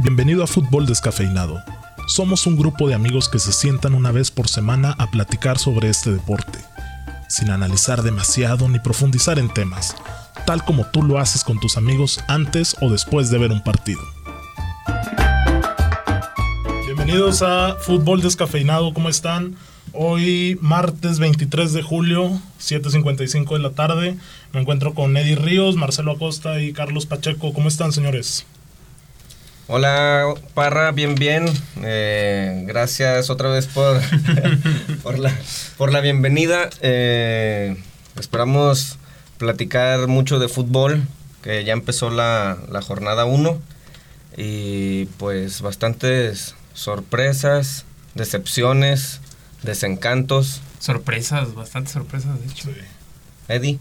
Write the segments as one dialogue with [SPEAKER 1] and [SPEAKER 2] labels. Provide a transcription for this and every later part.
[SPEAKER 1] Bienvenido a Fútbol Descafeinado. Somos un grupo de amigos que se sientan una vez por semana a platicar sobre este deporte, sin analizar demasiado ni profundizar en temas, tal como tú lo haces con tus amigos antes o después de ver un partido. Bienvenidos a Fútbol Descafeinado, ¿cómo están? Hoy martes 23 de julio, 7.55 de la tarde, me encuentro con Eddie Ríos, Marcelo Acosta y Carlos Pacheco. ¿Cómo están, señores?
[SPEAKER 2] Hola Parra, bien, bien. Eh, gracias otra vez por, por, la, por la bienvenida. Eh, esperamos platicar mucho de fútbol, que ya empezó la, la jornada 1 y pues bastantes sorpresas, decepciones, desencantos.
[SPEAKER 3] Sorpresas, bastantes sorpresas de hecho.
[SPEAKER 2] Eddie.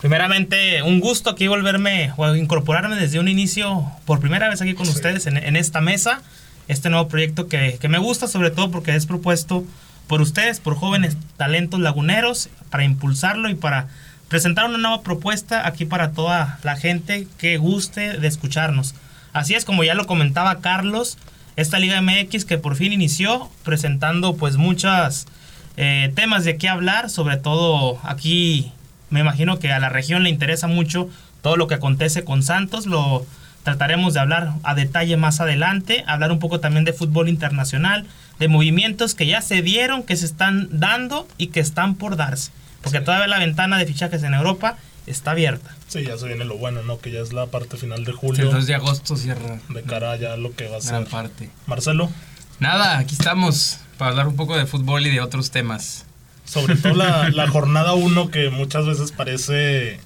[SPEAKER 3] Primeramente, un gusto aquí volverme o incorporarme desde un inicio por primera vez aquí con
[SPEAKER 1] Sí.
[SPEAKER 3] ustedes en, en esta mesa. Este nuevo proyecto que, que me gusta, sobre todo porque es propuesto por ustedes, por jóvenes talentos laguneros, para impulsarlo y para presentar una nueva propuesta aquí para toda la gente que guste de escucharnos. Así es como ya lo comentaba Carlos, esta Liga MX que por fin inició presentando pues muchas, eh, temas de qué hablar, sobre todo aquí me imagino que a la región le interesa mucho todo lo que acontece con Santos, lo trataremos de hablar a detalle más adelante, hablar un poco también de fútbol internacional, de movimientos que ya se dieron, que se están dando y que están por darse, porque todavía la ventana de fichajes en Europa está abierta.
[SPEAKER 1] Sí, ya se viene lo bueno, ¿no? Que ya es la parte final de
[SPEAKER 4] Sí,
[SPEAKER 1] julio,
[SPEAKER 4] El 2 de agosto cierra
[SPEAKER 1] de cara ya a lo que va a
[SPEAKER 4] gran
[SPEAKER 1] ser.
[SPEAKER 4] parte.
[SPEAKER 1] Marcelo,
[SPEAKER 4] Nada, aquí estamos para hablar un poco de fútbol y de otros temas.
[SPEAKER 1] sobre todo la, la jornada 1 que muchas veces parece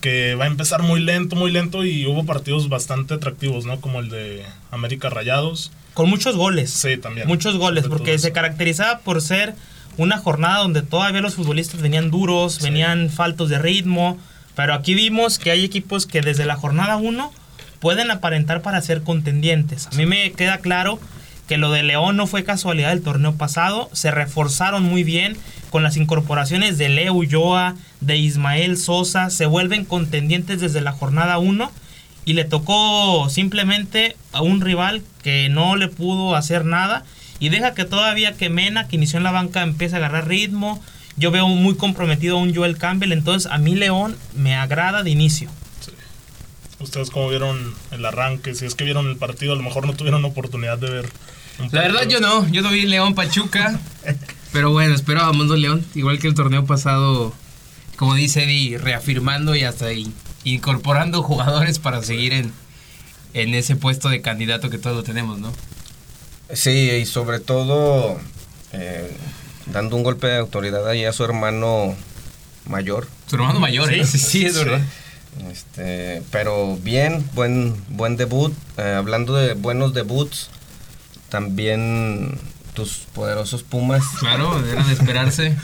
[SPEAKER 1] que va a empezar muy lento, muy lento y hubo partidos bastante atractivos, ¿no? Como el de América Rayados.
[SPEAKER 3] Con muchos goles.
[SPEAKER 1] Sí, también.
[SPEAKER 3] Muchos goles,
[SPEAKER 1] Sobre todo
[SPEAKER 3] porque se
[SPEAKER 1] eso.
[SPEAKER 3] caracterizaba por ser una jornada donde todavía los futbolistas venían duros,
[SPEAKER 1] Sí.
[SPEAKER 3] venían faltos de ritmo, pero aquí vimos que hay equipos que desde la jornada 1 pueden aparentar para ser contendientes. A mí me queda claro que lo de León no fue casualidad del torneo pasado, se reforzaron muy bien con las incorporaciones de Leo Ulloa, de Ismael Sosa, se vuelven contendientes desde la jornada 1 y le tocó simplemente a un rival que no le pudo hacer nada y deja que todavía que Mena, que inició en la banca, empiece a agarrar ritmo. Yo veo muy comprometido a un Joel Campbell, entonces a mí León me agrada de inicio.
[SPEAKER 1] ¿Ustedes cómo vieron el arranque? Si es que vieron el partido, a lo mejor no tuvieron oportunidad de ver. un
[SPEAKER 4] La verdad yo
[SPEAKER 1] partido.
[SPEAKER 4] no, yo no vi León Pachuca, pero bueno, esperábamos dos León, igual que el torneo pasado, como dice Eddie, reafirmando y hasta ahí, incorporando jugadores para seguir en, en ese puesto de candidato que todos lo tenemos, ¿no?
[SPEAKER 2] Sí, y sobre todo eh, dando un golpe de autoridad ahí a su hermano mayor.
[SPEAKER 4] Su hermano mayor, ¿eh?
[SPEAKER 3] Sí,
[SPEAKER 4] sí, sí, es verdad.
[SPEAKER 2] Este, pero bien, buen, buen debut. Eh, hablando de buenos debuts, también tus poderosos Pumas.
[SPEAKER 4] Claro, era de esperarse.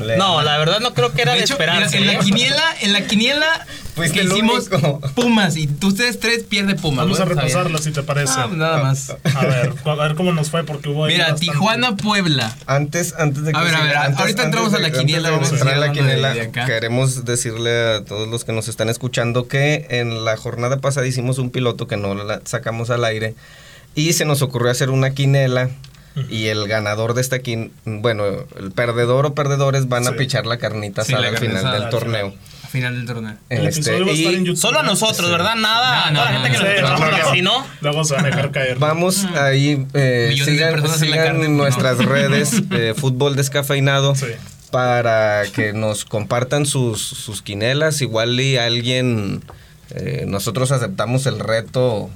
[SPEAKER 2] Le-
[SPEAKER 3] No, la verdad no creo que era de,
[SPEAKER 4] hecho,
[SPEAKER 3] esperanza.
[SPEAKER 4] en la- en la
[SPEAKER 3] ¿eh?
[SPEAKER 4] quiniela, en la quiniela
[SPEAKER 2] Fuiste
[SPEAKER 4] que
[SPEAKER 2] el
[SPEAKER 4] hicimos
[SPEAKER 2] Pues único.
[SPEAKER 4] Pumas y tú- ustedes tres pierde Pumas.
[SPEAKER 1] Vamos a
[SPEAKER 4] ¿no? Está bien.
[SPEAKER 1] repasarla si te parece.
[SPEAKER 4] Ah, pues nada más.
[SPEAKER 1] A ver, a ver cómo nos fue porque hubo ahí
[SPEAKER 4] Mira,
[SPEAKER 1] eh. bastante-
[SPEAKER 4] Tijuana, Puebla.
[SPEAKER 2] Antes, antes de que
[SPEAKER 4] A ver, a ver,
[SPEAKER 2] antes-
[SPEAKER 4] ahorita entramos
[SPEAKER 2] antes
[SPEAKER 4] a
[SPEAKER 2] de-
[SPEAKER 4] la
[SPEAKER 2] antes
[SPEAKER 4] quiniela,
[SPEAKER 2] de
[SPEAKER 4] vamos a
[SPEAKER 2] entrar a la
[SPEAKER 4] seguir hablando de-
[SPEAKER 2] quiniela.
[SPEAKER 4] de acá.
[SPEAKER 2] Queremos decirle a todos los que nos están escuchando que en la jornada pasada hicimos un piloto que no la sacamos al aire y se nos ocurrió hacer una quinela. Y el ganador de esta quin... Bueno, el perdedor o perdedores van
[SPEAKER 1] Sí.
[SPEAKER 2] a pichar la carnita
[SPEAKER 4] Sí,
[SPEAKER 2] asada
[SPEAKER 4] la
[SPEAKER 2] al
[SPEAKER 4] carne
[SPEAKER 2] final
[SPEAKER 4] asada
[SPEAKER 2] del
[SPEAKER 4] al
[SPEAKER 2] torneo.
[SPEAKER 4] A final del torneo.
[SPEAKER 1] El
[SPEAKER 2] En
[SPEAKER 1] episodio va a estar en YouTube.
[SPEAKER 3] Solo a nosotros,
[SPEAKER 2] Sí.
[SPEAKER 3] ¿verdad? Nada,
[SPEAKER 4] No, no,
[SPEAKER 3] toda la gente
[SPEAKER 4] no,
[SPEAKER 3] que
[SPEAKER 4] no, sí,
[SPEAKER 3] nos escucha,
[SPEAKER 4] no,
[SPEAKER 3] porque
[SPEAKER 4] no.
[SPEAKER 3] si no,
[SPEAKER 1] Luego se van a dejar caer.
[SPEAKER 2] Vamos
[SPEAKER 1] Ah.
[SPEAKER 2] ahí, eh,
[SPEAKER 4] Millones de
[SPEAKER 2] sigan,
[SPEAKER 4] personas en la
[SPEAKER 2] sigan
[SPEAKER 4] carne, ¿no?
[SPEAKER 2] nuestras redes, eh, fútbol descafeinado,
[SPEAKER 1] Sí.
[SPEAKER 2] para que nos compartan sus, sus quinelas. Igual y alguien, eh, nosotros aceptamos el reto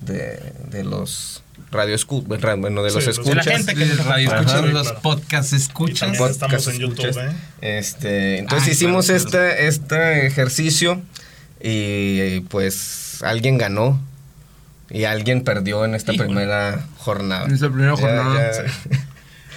[SPEAKER 2] de, de los radio escu- ra- bueno, de
[SPEAKER 1] Sí,
[SPEAKER 2] los
[SPEAKER 1] los- de
[SPEAKER 2] escuchas.
[SPEAKER 3] la gente que
[SPEAKER 4] Sí,
[SPEAKER 3] nos
[SPEAKER 4] radio
[SPEAKER 2] Ajá.
[SPEAKER 4] escuchas,
[SPEAKER 2] Sí,
[SPEAKER 4] los
[SPEAKER 1] claro.
[SPEAKER 4] podcasts
[SPEAKER 1] Y
[SPEAKER 4] escuchas.
[SPEAKER 1] también estamos
[SPEAKER 2] Podcast
[SPEAKER 1] en YouTube, ¿eh?
[SPEAKER 2] escuchas. Este, entonces
[SPEAKER 4] Ay,
[SPEAKER 2] hicimos
[SPEAKER 4] claro,
[SPEAKER 2] este, este ejercicio y pues alguien ganó y alguien perdió en esta
[SPEAKER 4] Híjole.
[SPEAKER 2] primera jornada.
[SPEAKER 4] En esta primera
[SPEAKER 2] Ya-
[SPEAKER 4] jornada.
[SPEAKER 2] ya-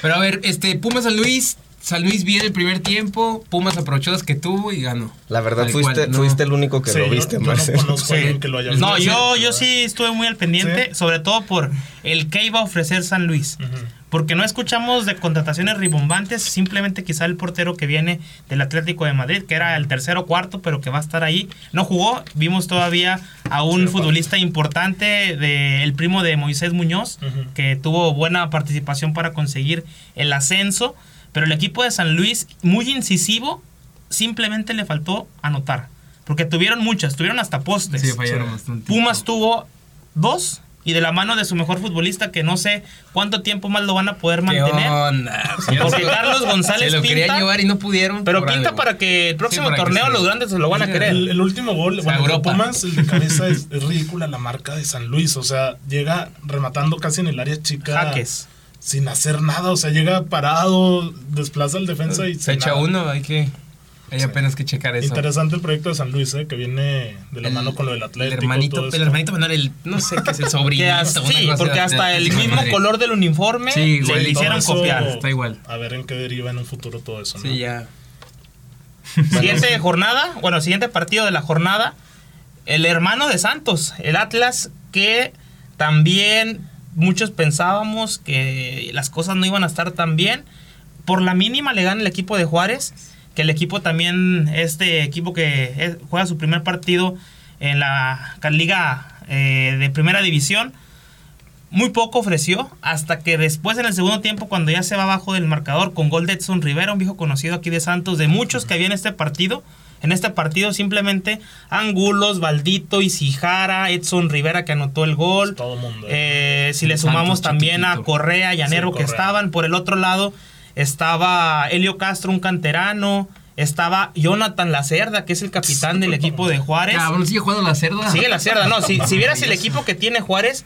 [SPEAKER 4] Pero a ver, este, Pumas San Luis. San Luis viene el primer tiempo. Pumas aprovechó las que tuvo y ganó.
[SPEAKER 2] La verdad
[SPEAKER 4] Tal
[SPEAKER 2] fuiste,
[SPEAKER 4] cual, ¿no?
[SPEAKER 2] fuiste el único que
[SPEAKER 1] Sí,
[SPEAKER 2] lo
[SPEAKER 1] yo-
[SPEAKER 2] viste,
[SPEAKER 1] yo no
[SPEAKER 2] Marcelo.
[SPEAKER 1] conozco a alguien que lo haya visto.
[SPEAKER 3] No,
[SPEAKER 4] Sí.
[SPEAKER 3] yo, yo sí estuve muy al pendiente, sobre todo por el que iba a ofrecer San Luis.
[SPEAKER 1] Ujú.
[SPEAKER 3] Porque no escuchamos de contrataciones ribombantes, simplemente quizá el portero que viene del Atlético de Madrid, que era el tercero cuarto, pero que va a estar ahí, no jugó. Vimos todavía a un futbolista importante, de, el primo de Moisés Muñoz,
[SPEAKER 5] Ujú.
[SPEAKER 3] que tuvo buena participación para conseguir el ascenso. Pero el equipo de San Luis, muy incisivo, simplemente le faltó anotar. Porque tuvieron muchas, tuvieron hasta postes.
[SPEAKER 4] Sí, fallaron bastante.
[SPEAKER 3] Pumas tuvo dos y de la mano de su mejor futbolista que no sé cuánto tiempo más lo van a poder
[SPEAKER 4] ¿Qué
[SPEAKER 3] mantener.
[SPEAKER 4] onda?
[SPEAKER 3] Porque Carlos González
[SPEAKER 4] Se lo
[SPEAKER 3] pinta,
[SPEAKER 4] querían llevar y no pudieron.
[SPEAKER 3] Pero
[SPEAKER 4] por
[SPEAKER 3] pinta
[SPEAKER 4] algo.
[SPEAKER 3] para que el próximo
[SPEAKER 4] para que
[SPEAKER 3] torneo
[SPEAKER 4] se-
[SPEAKER 3] los grandes se lo van a
[SPEAKER 4] Sí,
[SPEAKER 5] El,
[SPEAKER 3] querer.
[SPEAKER 5] el último gol,
[SPEAKER 4] sea,
[SPEAKER 5] bueno, el de
[SPEAKER 4] Europa.
[SPEAKER 5] Pumas, el de cabeza es, es ridícula la marca de San Luis. O sea, llega rematando casi en el área chica.
[SPEAKER 3] Jaques.
[SPEAKER 5] Sin hacer nada. O sea, llega parado, desplaza al defensa y
[SPEAKER 4] Se echa
[SPEAKER 5] nada.
[SPEAKER 4] uno, hay que. Hay
[SPEAKER 5] Sí.
[SPEAKER 4] apenas que checar eso.
[SPEAKER 5] Interesante el proyecto de San Luis, eh, que viene de la
[SPEAKER 4] El-
[SPEAKER 5] mano con lo del
[SPEAKER 4] El
[SPEAKER 5] Atlético.
[SPEAKER 4] hermanito,
[SPEAKER 5] todo
[SPEAKER 4] el
[SPEAKER 5] esto.
[SPEAKER 4] hermanito menor, el, no sé qué es el sobrino.
[SPEAKER 3] Que hasta- sí, porque hasta el mismo color del uniforme
[SPEAKER 4] Sí,
[SPEAKER 3] se
[SPEAKER 4] igualito.
[SPEAKER 3] le hicieron
[SPEAKER 5] Todo eso-
[SPEAKER 3] copiar.
[SPEAKER 4] Está igual.
[SPEAKER 5] A ver en qué deriva en un futuro todo eso. ¿no?
[SPEAKER 4] Sí, ya.
[SPEAKER 3] Siguiente jornada, bueno, siguiente partido de la jornada, el hermano de Santos, el Atlas, que también muchos pensábamos que las cosas no iban a estar tan bien. Por la mínima le gana el equipo de Juárez, que el equipo también, este equipo que es- juega su primer partido en la Liga eh, de Primera División, muy poco ofreció, hasta que después en el segundo tiempo, cuando ya se va abajo del marcador con gol de Edson Rivera, un viejo conocido aquí de Santos, de muchos que había en este partido, en este partido simplemente Angulos, Valdito, Isijara, Edson Rivera que anotó el gol.
[SPEAKER 5] Todo mundo. eh.
[SPEAKER 3] Eh, si le
[SPEAKER 4] Santos
[SPEAKER 3] sumamos también a
[SPEAKER 4] chiquitito.
[SPEAKER 3] Correa, Llanero
[SPEAKER 5] Sí,
[SPEAKER 3] que
[SPEAKER 5] Correa.
[SPEAKER 3] estaban, por el otro lado estaba Helio Castro, un canterano, estaba Jonathan Lacerda, que es el capitán del equipo de Juárez.
[SPEAKER 4] Cabrón, sigue jugando la cerda.
[SPEAKER 3] Sigue la cerda, no. Si, si vieras el equipo que tiene Juárez,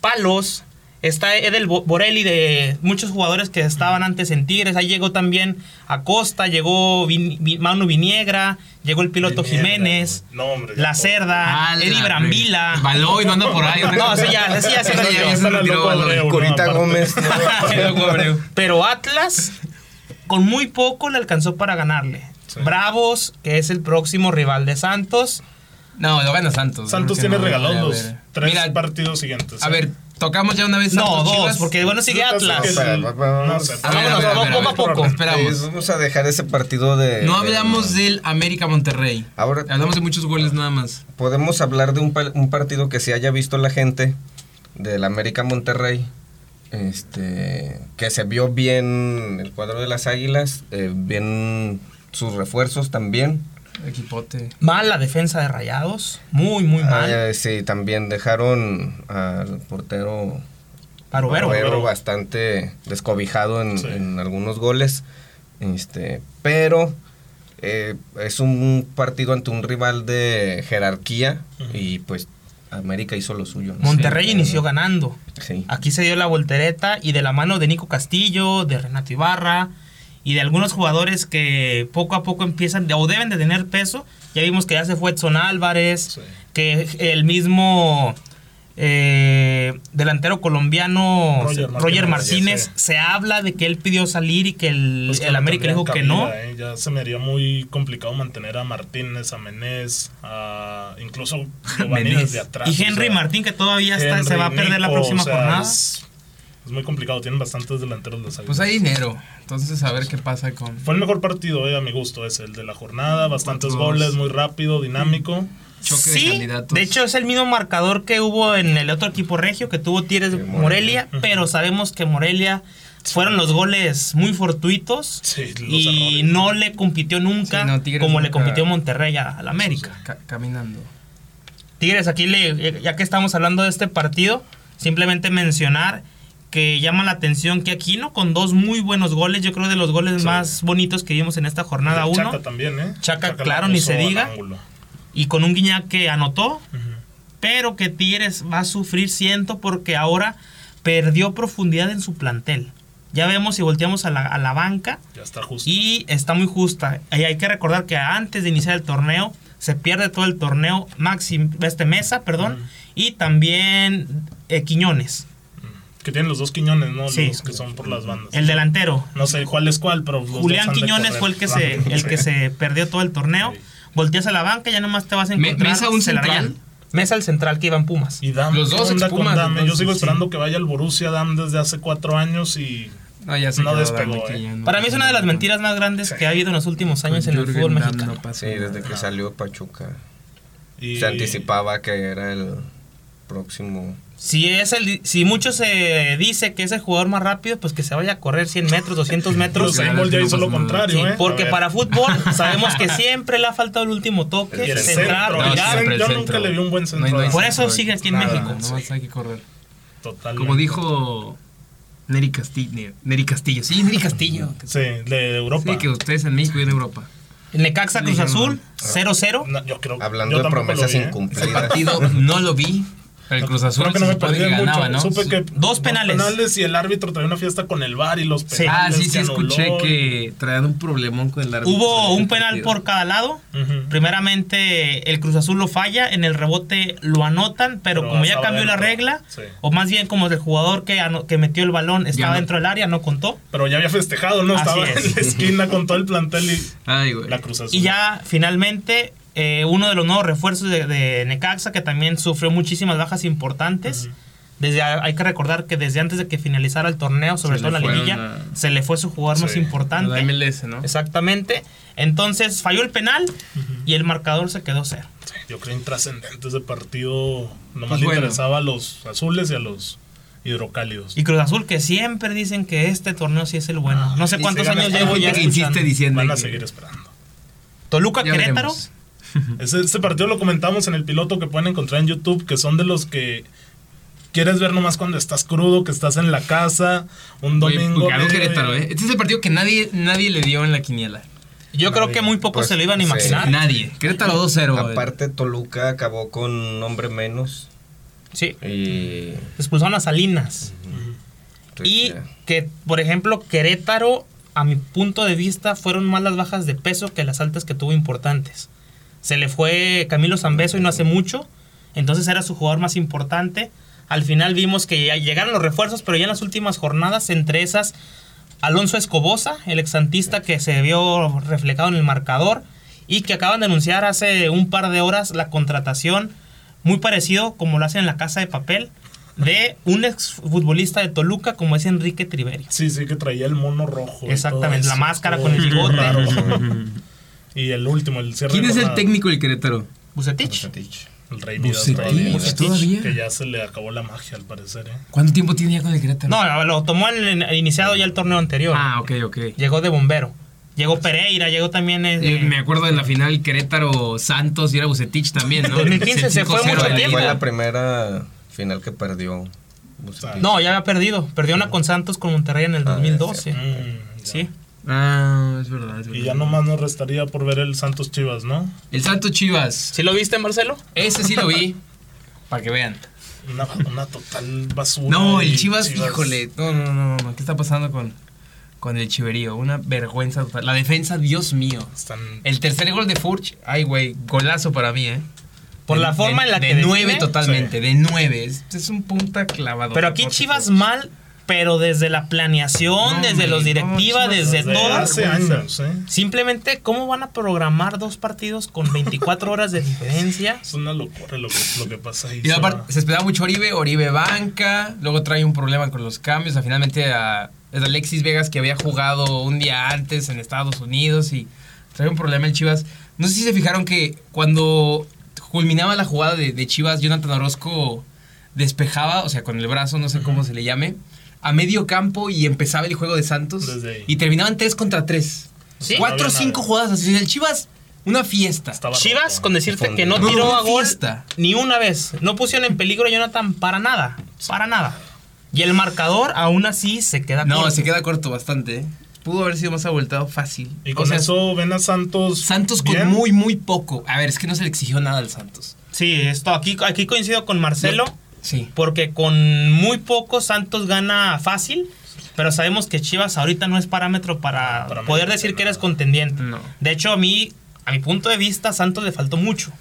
[SPEAKER 3] palos. Está Edel Bo- Borelli de muchos jugadores que estaban antes en Tigres. Ahí llegó también Acosta, llegó Vin- Vin- Manu Viniegra, llegó el piloto
[SPEAKER 5] Mierda,
[SPEAKER 3] Jiménez,
[SPEAKER 5] güey. No, hombre. ya
[SPEAKER 3] La
[SPEAKER 5] todo.
[SPEAKER 3] Cerda,
[SPEAKER 4] Ala,
[SPEAKER 3] Eddie
[SPEAKER 4] güey.
[SPEAKER 3] Brambila.
[SPEAKER 4] Baló y no anda por ahí.
[SPEAKER 3] No, ese ya- ese ya se
[SPEAKER 4] Ese
[SPEAKER 3] retiró.
[SPEAKER 4] ya se
[SPEAKER 5] Está la
[SPEAKER 4] retiró,
[SPEAKER 5] loco
[SPEAKER 4] Baló.
[SPEAKER 5] Abreu.
[SPEAKER 2] Curita
[SPEAKER 5] Aparte.
[SPEAKER 2] Gómez. ¿no?
[SPEAKER 4] El loco Abreu.
[SPEAKER 3] Pero Atlas, con muy poco le alcanzó para ganarle.
[SPEAKER 5] Sí.
[SPEAKER 3] Bravos, que es el próximo rival de Santos.
[SPEAKER 4] No, lo gana Santos.
[SPEAKER 5] Santos
[SPEAKER 4] Creo
[SPEAKER 5] tiene
[SPEAKER 4] que no,
[SPEAKER 5] regalados
[SPEAKER 4] a
[SPEAKER 5] los
[SPEAKER 4] ver.
[SPEAKER 5] tres
[SPEAKER 4] Mira,
[SPEAKER 5] partidos siguientes.
[SPEAKER 4] a
[SPEAKER 5] eh.
[SPEAKER 4] ver, tocamos ya una vez.
[SPEAKER 3] No,
[SPEAKER 4] Santos,
[SPEAKER 3] dos,
[SPEAKER 4] Chivas.
[SPEAKER 3] porque bueno, sigue
[SPEAKER 5] Yo creo que
[SPEAKER 3] Atlas.
[SPEAKER 5] el- No sé.
[SPEAKER 4] A ver, a
[SPEAKER 3] Vámonos,
[SPEAKER 4] ver, a ver, a
[SPEAKER 3] vamos poco a
[SPEAKER 4] ver.
[SPEAKER 3] poco.
[SPEAKER 2] Sí,
[SPEAKER 4] Esperamos.
[SPEAKER 2] vamos a dejar ese partido de.
[SPEAKER 4] No
[SPEAKER 2] de-
[SPEAKER 4] hablamos del América Monterrey.
[SPEAKER 2] Ahora-
[SPEAKER 4] Hablamos de muchos goles nada más.
[SPEAKER 2] Podemos hablar de un, pa- un partido que se haya visto la gente del América Monterrey. Este, que se vio bien el cuadro de las Águilas, eh, bien sus refuerzos también.
[SPEAKER 4] Equipote.
[SPEAKER 3] Mal la defensa de Rayados. Muy, muy mal.
[SPEAKER 2] Ah, eh, sí, también dejaron al portero
[SPEAKER 3] Parubero.
[SPEAKER 2] Barbero bastante descobijado en,
[SPEAKER 5] Sí.
[SPEAKER 2] en algunos goles. Este, pero eh, es un partido ante un rival de jerarquía y pues América hizo lo suyo. ¿no?
[SPEAKER 3] Monterrey
[SPEAKER 2] Sí,
[SPEAKER 3] inició
[SPEAKER 2] eh,
[SPEAKER 3] ganando.
[SPEAKER 2] Sí.
[SPEAKER 3] Aquí se dio la voltereta y de la mano de Nico Castillo, de Renato Ibarra y de algunos jugadores que poco a poco empiezan de- o deben de tener peso. Ya vimos que ya se fue Edson Álvarez,
[SPEAKER 5] Sí.
[SPEAKER 3] que el mismo eh, delantero colombiano
[SPEAKER 5] Roger Martínez,
[SPEAKER 3] Roger, Martínez
[SPEAKER 5] sí.
[SPEAKER 3] se habla de que él pidió salir y que el,
[SPEAKER 5] Pues que
[SPEAKER 3] el
[SPEAKER 5] no
[SPEAKER 3] América le dijo
[SPEAKER 5] tendrían
[SPEAKER 3] que no.
[SPEAKER 5] cabida, eh. Ya se me haría muy complicado mantener a Martínez, a Menés, a incluso Giovanni
[SPEAKER 4] Menés.
[SPEAKER 5] desde atrás.
[SPEAKER 3] y
[SPEAKER 5] o
[SPEAKER 3] Henry
[SPEAKER 5] sea,
[SPEAKER 3] Martín que todavía está, se
[SPEAKER 5] Henry,
[SPEAKER 3] va a perder la
[SPEAKER 5] Nico,
[SPEAKER 3] próxima
[SPEAKER 5] o sea,
[SPEAKER 3] jornada.
[SPEAKER 5] Es, es muy complicado, tienen bastantes delanteros los
[SPEAKER 4] Pues hay
[SPEAKER 3] ¿eh?
[SPEAKER 4] dinero. Entonces, a ver qué pasa con.
[SPEAKER 5] Fue el mejor partido, eh, a mi gusto, es el de la jornada, bastantes
[SPEAKER 4] Cuatro,
[SPEAKER 5] goles,
[SPEAKER 4] dos.
[SPEAKER 5] muy rápido, dinámico.
[SPEAKER 4] Choque
[SPEAKER 3] sí,
[SPEAKER 4] de candidatos.
[SPEAKER 3] de hecho es el mismo marcador que hubo en el otro equipo regio que tuvo Tigres
[SPEAKER 2] Sí, Morelia.
[SPEAKER 3] Morelia, pero sabemos que Morelia fueron los goles muy fortuitos
[SPEAKER 5] Sí, los
[SPEAKER 3] y
[SPEAKER 5] errores.
[SPEAKER 3] no le compitió nunca
[SPEAKER 4] Sí, no, Tigres
[SPEAKER 3] como le
[SPEAKER 4] nunca-
[SPEAKER 3] compitió Monterrey a- al América.
[SPEAKER 4] Ca- caminando.
[SPEAKER 3] Tigres, aquí le- eh, ya que estamos hablando de este partido, simplemente mencionar que llama la atención que Aquino con dos muy buenos goles, yo creo de los goles
[SPEAKER 5] Sí.
[SPEAKER 3] más bonitos que vimos en esta jornada
[SPEAKER 5] El
[SPEAKER 3] 1,
[SPEAKER 5] Chaca también, ¿eh?
[SPEAKER 3] Chaca,
[SPEAKER 5] la
[SPEAKER 3] claro, ni se
[SPEAKER 5] puso al
[SPEAKER 3] diga.
[SPEAKER 5] ángulo.
[SPEAKER 3] y con un guiñac que anotó,
[SPEAKER 5] Ujú.
[SPEAKER 3] pero que Tigres va a sufrir siento porque ahora perdió profundidad en su plantel. Ya vemos si volteamos a la, a la banca
[SPEAKER 5] Ya está justo.
[SPEAKER 3] y está muy justa. Y hay que recordar que antes de iniciar el torneo se pierde todo el torneo Maxi, este Mesa, perdón, y también eh, Quiñones,
[SPEAKER 5] Que tienen los dos quiñones, ¿no?
[SPEAKER 3] Sí.
[SPEAKER 5] Los que son por las bandas.
[SPEAKER 3] el delantero.
[SPEAKER 5] No sé cuál es cuál, pero. los dos
[SPEAKER 3] Julián
[SPEAKER 5] han de
[SPEAKER 3] Quiñones
[SPEAKER 5] correr.
[SPEAKER 3] fue el que se el que se perdió todo el torneo.
[SPEAKER 5] Sí.
[SPEAKER 3] Volteas a la banca, ya nomás te vas a
[SPEAKER 4] Me-
[SPEAKER 3] encontrar
[SPEAKER 4] Mesa un
[SPEAKER 3] Celarayán.
[SPEAKER 4] central.
[SPEAKER 3] Mesa al central que iban Pumas.
[SPEAKER 1] Y Dam,
[SPEAKER 4] Los dos
[SPEAKER 1] ¿qué onda con
[SPEAKER 4] expumas,
[SPEAKER 1] Dam? Yo
[SPEAKER 4] entonces,
[SPEAKER 1] sigo
[SPEAKER 4] sí.
[SPEAKER 1] esperando que vaya al Borussia Dam desde hace cuatro años y
[SPEAKER 4] No, ya se
[SPEAKER 1] No
[SPEAKER 4] quedó
[SPEAKER 1] despegó,
[SPEAKER 4] Dame, que
[SPEAKER 1] eh.
[SPEAKER 4] ya no
[SPEAKER 3] Para mí es una de las
[SPEAKER 4] pasa nada.
[SPEAKER 3] mentiras más grandes que ha habido en los últimos años en el
[SPEAKER 4] Jürgen
[SPEAKER 3] fútbol
[SPEAKER 4] Damm
[SPEAKER 3] mexicano.
[SPEAKER 4] no pasa
[SPEAKER 2] Sí,
[SPEAKER 4] nada.
[SPEAKER 2] desde que salió Pachuca.
[SPEAKER 1] Y
[SPEAKER 2] Se anticipaba que era el próximo.
[SPEAKER 3] Si es el si mucho se dice que es el jugador más rápido, pues que se vaya a correr 100 metros, 200 metros.
[SPEAKER 1] Usain Bolt ya hizo lo contrario,
[SPEAKER 3] Sí,
[SPEAKER 1] ¿eh?
[SPEAKER 3] porque
[SPEAKER 1] A ver.
[SPEAKER 3] para fútbol sabemos que siempre le ha faltado el último toque,
[SPEAKER 1] Y el
[SPEAKER 3] centrar,
[SPEAKER 1] centro,
[SPEAKER 3] tirar.
[SPEAKER 1] siempre el
[SPEAKER 4] Yo
[SPEAKER 1] centro.
[SPEAKER 4] nunca le vi un buen centro.
[SPEAKER 1] No hay- no hay
[SPEAKER 3] Por eso sigue aquí en
[SPEAKER 4] Nada,
[SPEAKER 3] México.
[SPEAKER 4] No más hay que correr.
[SPEAKER 1] totalmente.
[SPEAKER 4] Como dijo Neri Castillo. Neri Castillo. Sí, Neri Castillo.
[SPEAKER 1] Sí, de Europa.
[SPEAKER 4] Sí, que ustedes en México y en Europa.
[SPEAKER 3] El Necaxa Cruz
[SPEAKER 4] Dijeron,
[SPEAKER 3] Azul,
[SPEAKER 4] ah.
[SPEAKER 3] 0-0.
[SPEAKER 1] No, yo creo-
[SPEAKER 2] Hablando
[SPEAKER 1] yo
[SPEAKER 2] de
[SPEAKER 1] tampoco lo
[SPEAKER 2] promesas
[SPEAKER 1] vi, ¿eh?
[SPEAKER 4] Ese
[SPEAKER 2] incumplidas.
[SPEAKER 4] partido no lo vi. El Cruz Azul
[SPEAKER 1] Creo que no
[SPEAKER 4] se
[SPEAKER 1] me
[SPEAKER 4] supone
[SPEAKER 1] perdí
[SPEAKER 4] que
[SPEAKER 1] mucho.
[SPEAKER 4] ganaba, ¿no?
[SPEAKER 1] Supe que
[SPEAKER 3] Dos penales.
[SPEAKER 1] y el árbitro traía una fiesta con el bar y los
[SPEAKER 3] Sí.
[SPEAKER 1] penales.
[SPEAKER 4] Ah, sí, sí,
[SPEAKER 1] que anuló
[SPEAKER 4] escuché
[SPEAKER 1] y-
[SPEAKER 4] que traían un problemón con el árbitro.
[SPEAKER 3] Hubo
[SPEAKER 4] en ese
[SPEAKER 3] un penal
[SPEAKER 4] partido.
[SPEAKER 3] por cada lado.
[SPEAKER 1] Ujú.
[SPEAKER 3] Primeramente, el Cruz Azul lo falla, en el rebote lo anotan, pero,
[SPEAKER 1] Pero
[SPEAKER 3] como
[SPEAKER 1] vas
[SPEAKER 3] ya
[SPEAKER 1] a
[SPEAKER 3] cambió la
[SPEAKER 1] verlo.
[SPEAKER 3] regla,
[SPEAKER 1] Sí.
[SPEAKER 3] o más bien como el jugador que, ano- que metió el balón estaba
[SPEAKER 4] no.
[SPEAKER 3] dentro del área, no contó.
[SPEAKER 1] Pero ya había festejado, ¿no?
[SPEAKER 3] Así
[SPEAKER 1] Estaba
[SPEAKER 3] es.
[SPEAKER 1] en la esquina con todo el plantel y
[SPEAKER 4] Ay, güey.
[SPEAKER 1] la Cruz Azul.
[SPEAKER 3] Y ya finalmente, eh, uno de los nuevos refuerzos de, de Necaxa, que también sufrió muchísimas bajas importantes.
[SPEAKER 1] Mm,
[SPEAKER 3] Desde, a- hay que recordar que desde antes de que finalizara el torneo, sobre
[SPEAKER 4] Se
[SPEAKER 3] todo en
[SPEAKER 4] le
[SPEAKER 3] la
[SPEAKER 4] fueron
[SPEAKER 3] liguilla,
[SPEAKER 4] a-
[SPEAKER 3] se le fue su jugador más
[SPEAKER 1] Sí,
[SPEAKER 3] importante.
[SPEAKER 4] La MLS, ¿no?
[SPEAKER 3] Exactamente. Entonces falló el penal y el marcador se quedó cero.
[SPEAKER 1] Yo creo intrascendente ese partido. Nomás
[SPEAKER 4] Pues
[SPEAKER 1] le
[SPEAKER 4] bueno.
[SPEAKER 1] interesaba a los azules y a los hidrocálidos.
[SPEAKER 3] Y Cruz Azul, que siempre dicen que este torneo sí es el bueno. No sé
[SPEAKER 4] Ah, Y
[SPEAKER 3] cuántos
[SPEAKER 4] se gana-
[SPEAKER 3] años
[SPEAKER 4] hay
[SPEAKER 3] llevo ya.
[SPEAKER 4] gente que insiste
[SPEAKER 3] escuchando.
[SPEAKER 4] diciendo
[SPEAKER 1] Van a
[SPEAKER 4] que-
[SPEAKER 1] seguir esperando.
[SPEAKER 3] Toluca
[SPEAKER 4] Ya
[SPEAKER 3] Querétaro.
[SPEAKER 4] veremos.
[SPEAKER 1] Ese, ese partido lo comentamos en el piloto que pueden encontrar en YouTube, que son de los que quieres ver nomás cuando estás crudo, que estás en la casa, un
[SPEAKER 4] Oye,
[SPEAKER 1] domingo.
[SPEAKER 4] porque ganó
[SPEAKER 1] medio-
[SPEAKER 4] Querétaro, ¿eh? Este es el partido que nadie, nadie le dio en la quiniela.
[SPEAKER 3] Yo creo
[SPEAKER 1] Nadie,
[SPEAKER 3] que muy pocos
[SPEAKER 2] pues,
[SPEAKER 3] se lo iban a
[SPEAKER 2] sí.
[SPEAKER 3] imaginar.
[SPEAKER 4] Nadie. Querétaro 2-0.
[SPEAKER 2] Aparte, Toluca acabó con un hombre menos.
[SPEAKER 3] Sí.
[SPEAKER 2] Y.
[SPEAKER 3] Expulsaron a Salinas.
[SPEAKER 2] pues,
[SPEAKER 3] Y
[SPEAKER 2] ya.
[SPEAKER 3] que, por ejemplo, Querétaro, a mi punto de vista, fueron más las bajas de peso que las altas que tuvo importantes. Se le fue Camilo Zambeso y no hace mucho, entonces era su jugador más importante. Al final vimos que ya llegaron los refuerzos, pero ya en las últimas jornadas, entre esas, Alonso Escobosa, el exantista que se vio reflejado en el marcador y que acaban de anunciar hace un par de horas la contratación, muy parecido como lo hacen en la Casa de Papel, de un exfutbolista de Toluca como es Enrique Triverio.
[SPEAKER 1] Sí, sí, que traía el mono rojo. y todo
[SPEAKER 3] Exactamente, la
[SPEAKER 1] eso.
[SPEAKER 3] máscara
[SPEAKER 1] Todo
[SPEAKER 3] con el bigote.
[SPEAKER 1] raro. y el último, el cierre.
[SPEAKER 4] ¿Quién
[SPEAKER 1] de
[SPEAKER 4] es el
[SPEAKER 1] jornada,
[SPEAKER 4] técnico del Querétaro?
[SPEAKER 3] Bucetich.
[SPEAKER 1] El rey Midas
[SPEAKER 4] Bucetich.
[SPEAKER 1] todavía,
[SPEAKER 3] Bucetich.
[SPEAKER 4] ¿Todavía?
[SPEAKER 1] Que ya se le acabó la magia, al parecer, ¿eh?
[SPEAKER 4] ¿Cuánto tiempo tiene ya con el Querétaro?
[SPEAKER 3] No, lo tomó el, el iniciado ya el torneo anterior.
[SPEAKER 4] Ah, ok, ok.
[SPEAKER 3] Llegó de bombero. Llegó Pereira, llegó también... eh,
[SPEAKER 4] Eh, me acuerdo de la final Querétaro-Santos y era Bucetich también, ¿no?
[SPEAKER 3] 2015 se fue
[SPEAKER 4] 5-0
[SPEAKER 3] mucho
[SPEAKER 4] de la
[SPEAKER 3] tiempo.
[SPEAKER 2] Fue
[SPEAKER 4] liga.
[SPEAKER 2] la primera final que perdió. Bucetich.
[SPEAKER 3] No, ya había perdido. Perdió una con Santos con Monterrey en el
[SPEAKER 2] Ah,
[SPEAKER 3] 2012.
[SPEAKER 1] Mm, ya.
[SPEAKER 3] Sí.
[SPEAKER 4] Ah, es verdad, es verdad.
[SPEAKER 1] Y ya nomás nos restaría por ver el Santos Chivas, ¿no?
[SPEAKER 4] El Santos Chivas.
[SPEAKER 3] ¿Sí lo viste, Marcelo?
[SPEAKER 4] Ese sí lo vi. Para que vean.
[SPEAKER 1] Una, una total basura.
[SPEAKER 4] No, el
[SPEAKER 1] y
[SPEAKER 4] Chivas, híjole. No, no, no, no. ¿Qué está pasando con, con el Chiverío? Una vergüenza total. La defensa, Dios mío.
[SPEAKER 1] Están
[SPEAKER 4] El tercer gol de Furch, ay, güey, golazo para mí, ¿eh?
[SPEAKER 3] Por
[SPEAKER 4] De-
[SPEAKER 3] la forma
[SPEAKER 4] de-
[SPEAKER 3] en la que
[SPEAKER 4] De nueve
[SPEAKER 3] define.
[SPEAKER 4] totalmente, de nueve. Es, es un punta clavado.
[SPEAKER 3] Pero aquí Chivas mal, pero desde la planeación,
[SPEAKER 4] No,
[SPEAKER 3] desde
[SPEAKER 4] hombre,
[SPEAKER 3] los directivas,
[SPEAKER 4] no, Chivas
[SPEAKER 3] desde
[SPEAKER 1] desde
[SPEAKER 3] todas.
[SPEAKER 1] hace años, ¿eh?
[SPEAKER 3] Simplemente, ¿cómo van a programar dos partidos con 24 horas de diferencia?
[SPEAKER 1] Es una locura lo que, lo que pasa ahí.
[SPEAKER 4] Y aparte,
[SPEAKER 1] Sara.
[SPEAKER 4] se esperaba mucho Oribe, Oribe banca, luego trae un problema con los cambios, a finalmente a, es Alexis Vegas que había jugado un día antes en Estados Unidos y trae un problema el Chivas. No sé si se fijaron que cuando culminaba la jugada de, de Chivas, Jonathan Orozco despejaba, o sea, con el brazo, no sé cómo se le llame, a medio campo y empezaba el juego de Santos
[SPEAKER 1] Desde ahí.
[SPEAKER 4] y terminaban 3 contra 3.
[SPEAKER 1] Sí. No
[SPEAKER 4] Cuatro o
[SPEAKER 1] había
[SPEAKER 4] cinco
[SPEAKER 1] nada.
[SPEAKER 4] jugadas así. El Chivas, una fiesta.
[SPEAKER 1] Estaba
[SPEAKER 3] Chivas,
[SPEAKER 1] roto.
[SPEAKER 3] con decirte que no
[SPEAKER 4] No,
[SPEAKER 3] tiró a gol
[SPEAKER 4] fiesta.
[SPEAKER 3] ni una vez. No pusieron en peligro a Jonathan para nada. Para nada. Y el marcador aún así se queda
[SPEAKER 4] No,
[SPEAKER 3] corto.
[SPEAKER 4] se queda corto bastante. ¿eh? Pudo haber sido más abultado fácil.
[SPEAKER 1] Y
[SPEAKER 4] O
[SPEAKER 1] con
[SPEAKER 4] sea,
[SPEAKER 1] eso ven a Santos.
[SPEAKER 4] Santos con
[SPEAKER 1] bien.
[SPEAKER 4] muy, muy poco. A ver, es que no se le exigió nada al Santos.
[SPEAKER 3] Sí, esto aquí, aquí coincido con Marcelo.
[SPEAKER 4] Sí.
[SPEAKER 3] Porque con muy poco Santos gana fácil, pero sabemos que Chivas ahorita no es parámetro para,
[SPEAKER 1] Para
[SPEAKER 3] poder
[SPEAKER 1] medir,
[SPEAKER 3] decir que
[SPEAKER 1] no.
[SPEAKER 3] eres contendiente.
[SPEAKER 4] No.
[SPEAKER 3] De hecho, a mí, a mi punto de vista, Santos le faltó mucho.